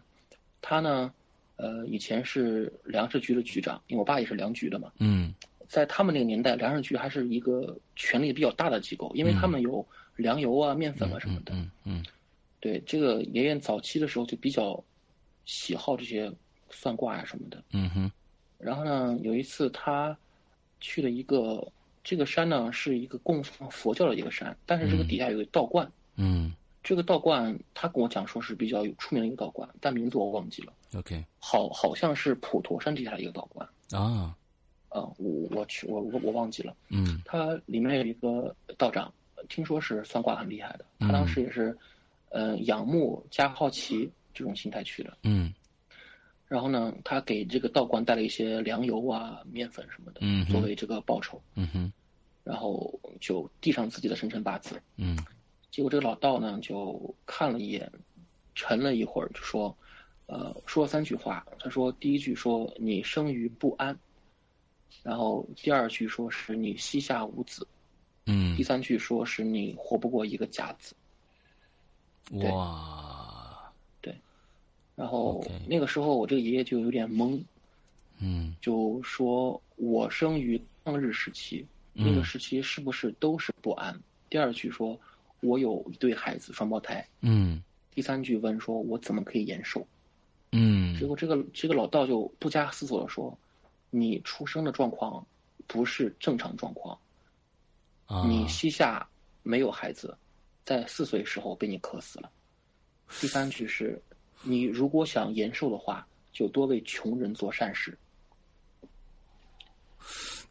Speaker 4: 他呢，呃，以前是粮食局的局长，因为我爸也是粮局的嘛，
Speaker 3: 嗯
Speaker 4: 在他们那个年代，粮食局还是一个权力比较大的机构，因为他们有粮油啊、面粉啊什么的。
Speaker 3: 嗯嗯
Speaker 4: 对，这个爷爷早期的时候就比较喜好这些算卦啊什么的。
Speaker 3: 嗯哼
Speaker 4: 然后呢，有一次他去了一个这个山呢，是一个供奉佛教的一个山，但是这个
Speaker 3: 嗯
Speaker 4: 底下有一个道观。
Speaker 3: 嗯
Speaker 4: 这个道观，他跟我讲说是比较有出名的一个道观，但名字我忘记了，
Speaker 3: ，OK
Speaker 4: 好好像是普陀山底下的一个道观
Speaker 3: 啊，
Speaker 4: 啊、我我去我我我忘记了。
Speaker 3: 嗯
Speaker 4: 它里面有一个道长，听说是算卦很厉害的。
Speaker 3: 嗯
Speaker 4: 他当时也是，呃，仰慕加好奇这种心态去的。
Speaker 3: 嗯
Speaker 4: 然后呢，他给这个道观带了一些粮油啊、面粉什么的
Speaker 3: 嗯，哼
Speaker 4: 作为这个报酬。
Speaker 3: 嗯哼
Speaker 4: 然后就递上自己的生辰八字。
Speaker 3: 嗯
Speaker 4: 结果这个老道呢，就看了一眼，沉了一会儿，就说，呃，说了三句话。他说第一句说你生于不安，然后第二句说是你膝下无子。
Speaker 3: 嗯
Speaker 4: 第，三句说是你活不过一个甲子。
Speaker 3: 哇，
Speaker 4: 然后
Speaker 3: OK
Speaker 4: 那个时候我这个爷爷就有点懵，
Speaker 3: 嗯
Speaker 4: 就说我生于抗日时期，
Speaker 3: 嗯
Speaker 4: 那个时期是不是都是不安？第二句说我有一对孩子双胞胎，
Speaker 3: 嗯
Speaker 4: 第三句问说我怎么可以延寿？
Speaker 3: 嗯，
Speaker 4: 结果这个这个老道就不加思索的说，你出生的状况不是正常状况，
Speaker 3: 啊，
Speaker 4: 你膝下没有孩子，在四岁时候被你渴死了。第三句是，你如果想延寿的话，就多为穷人做善事。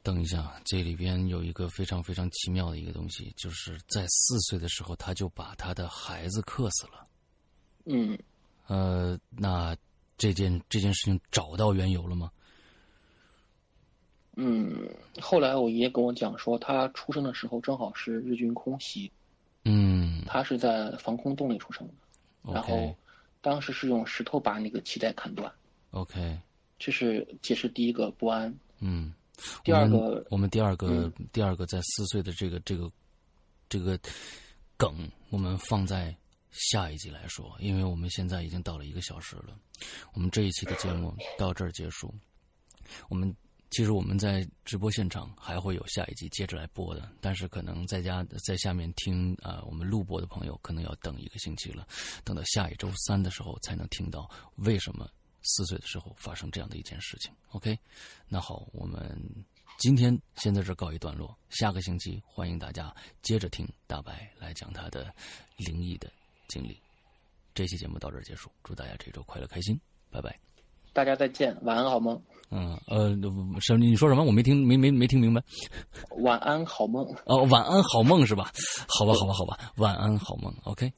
Speaker 3: 等一下，这里边有一个非常非常奇妙的一个东西，就是在四岁的时候，他就把他的孩子克死了。
Speaker 4: 嗯，
Speaker 3: 呃，那这件这件事情找到缘由了吗？
Speaker 4: 嗯，后来我爷爷跟我讲说，他出生的时候正好是日军空袭，
Speaker 3: 嗯
Speaker 4: 他是在防空洞里出生的，然后
Speaker 3: ，OK
Speaker 4: 当时是用石头把那个脐带砍断，
Speaker 3: OK，
Speaker 4: 这是解释第一个不安。
Speaker 3: 嗯，
Speaker 4: 第二
Speaker 3: 我们
Speaker 4: 个，
Speaker 3: 我们第二个、
Speaker 4: 嗯
Speaker 3: 第二个在四岁的这个这个这个梗，我们放在下一集来说，因为我们现在已经到了一个小时了，我们这一期的节目到这儿结束。我们其实我们在直播现场还会有下一集接着来播的，但是可能在家在下面听啊、呃我们录播的朋友可能要等一个星期了，等到下一周三的时候才能听到为什么四岁的时候发生这样的一件事情。OK，那好，我们今天先在这儿告一段落，下个星期欢迎大家接着听大白来讲他的灵异的经历。这期节目到这儿结束，祝大家这周快乐开心，拜拜。
Speaker 4: 大家再见，晚安好梦，
Speaker 3: 嗯呃，什么？你说什么？我没听，没没没听明白。
Speaker 4: 晚安好梦。
Speaker 3: 哦，晚安，好梦是吧？好吧，好吧，好吧，晚安，好梦。OK，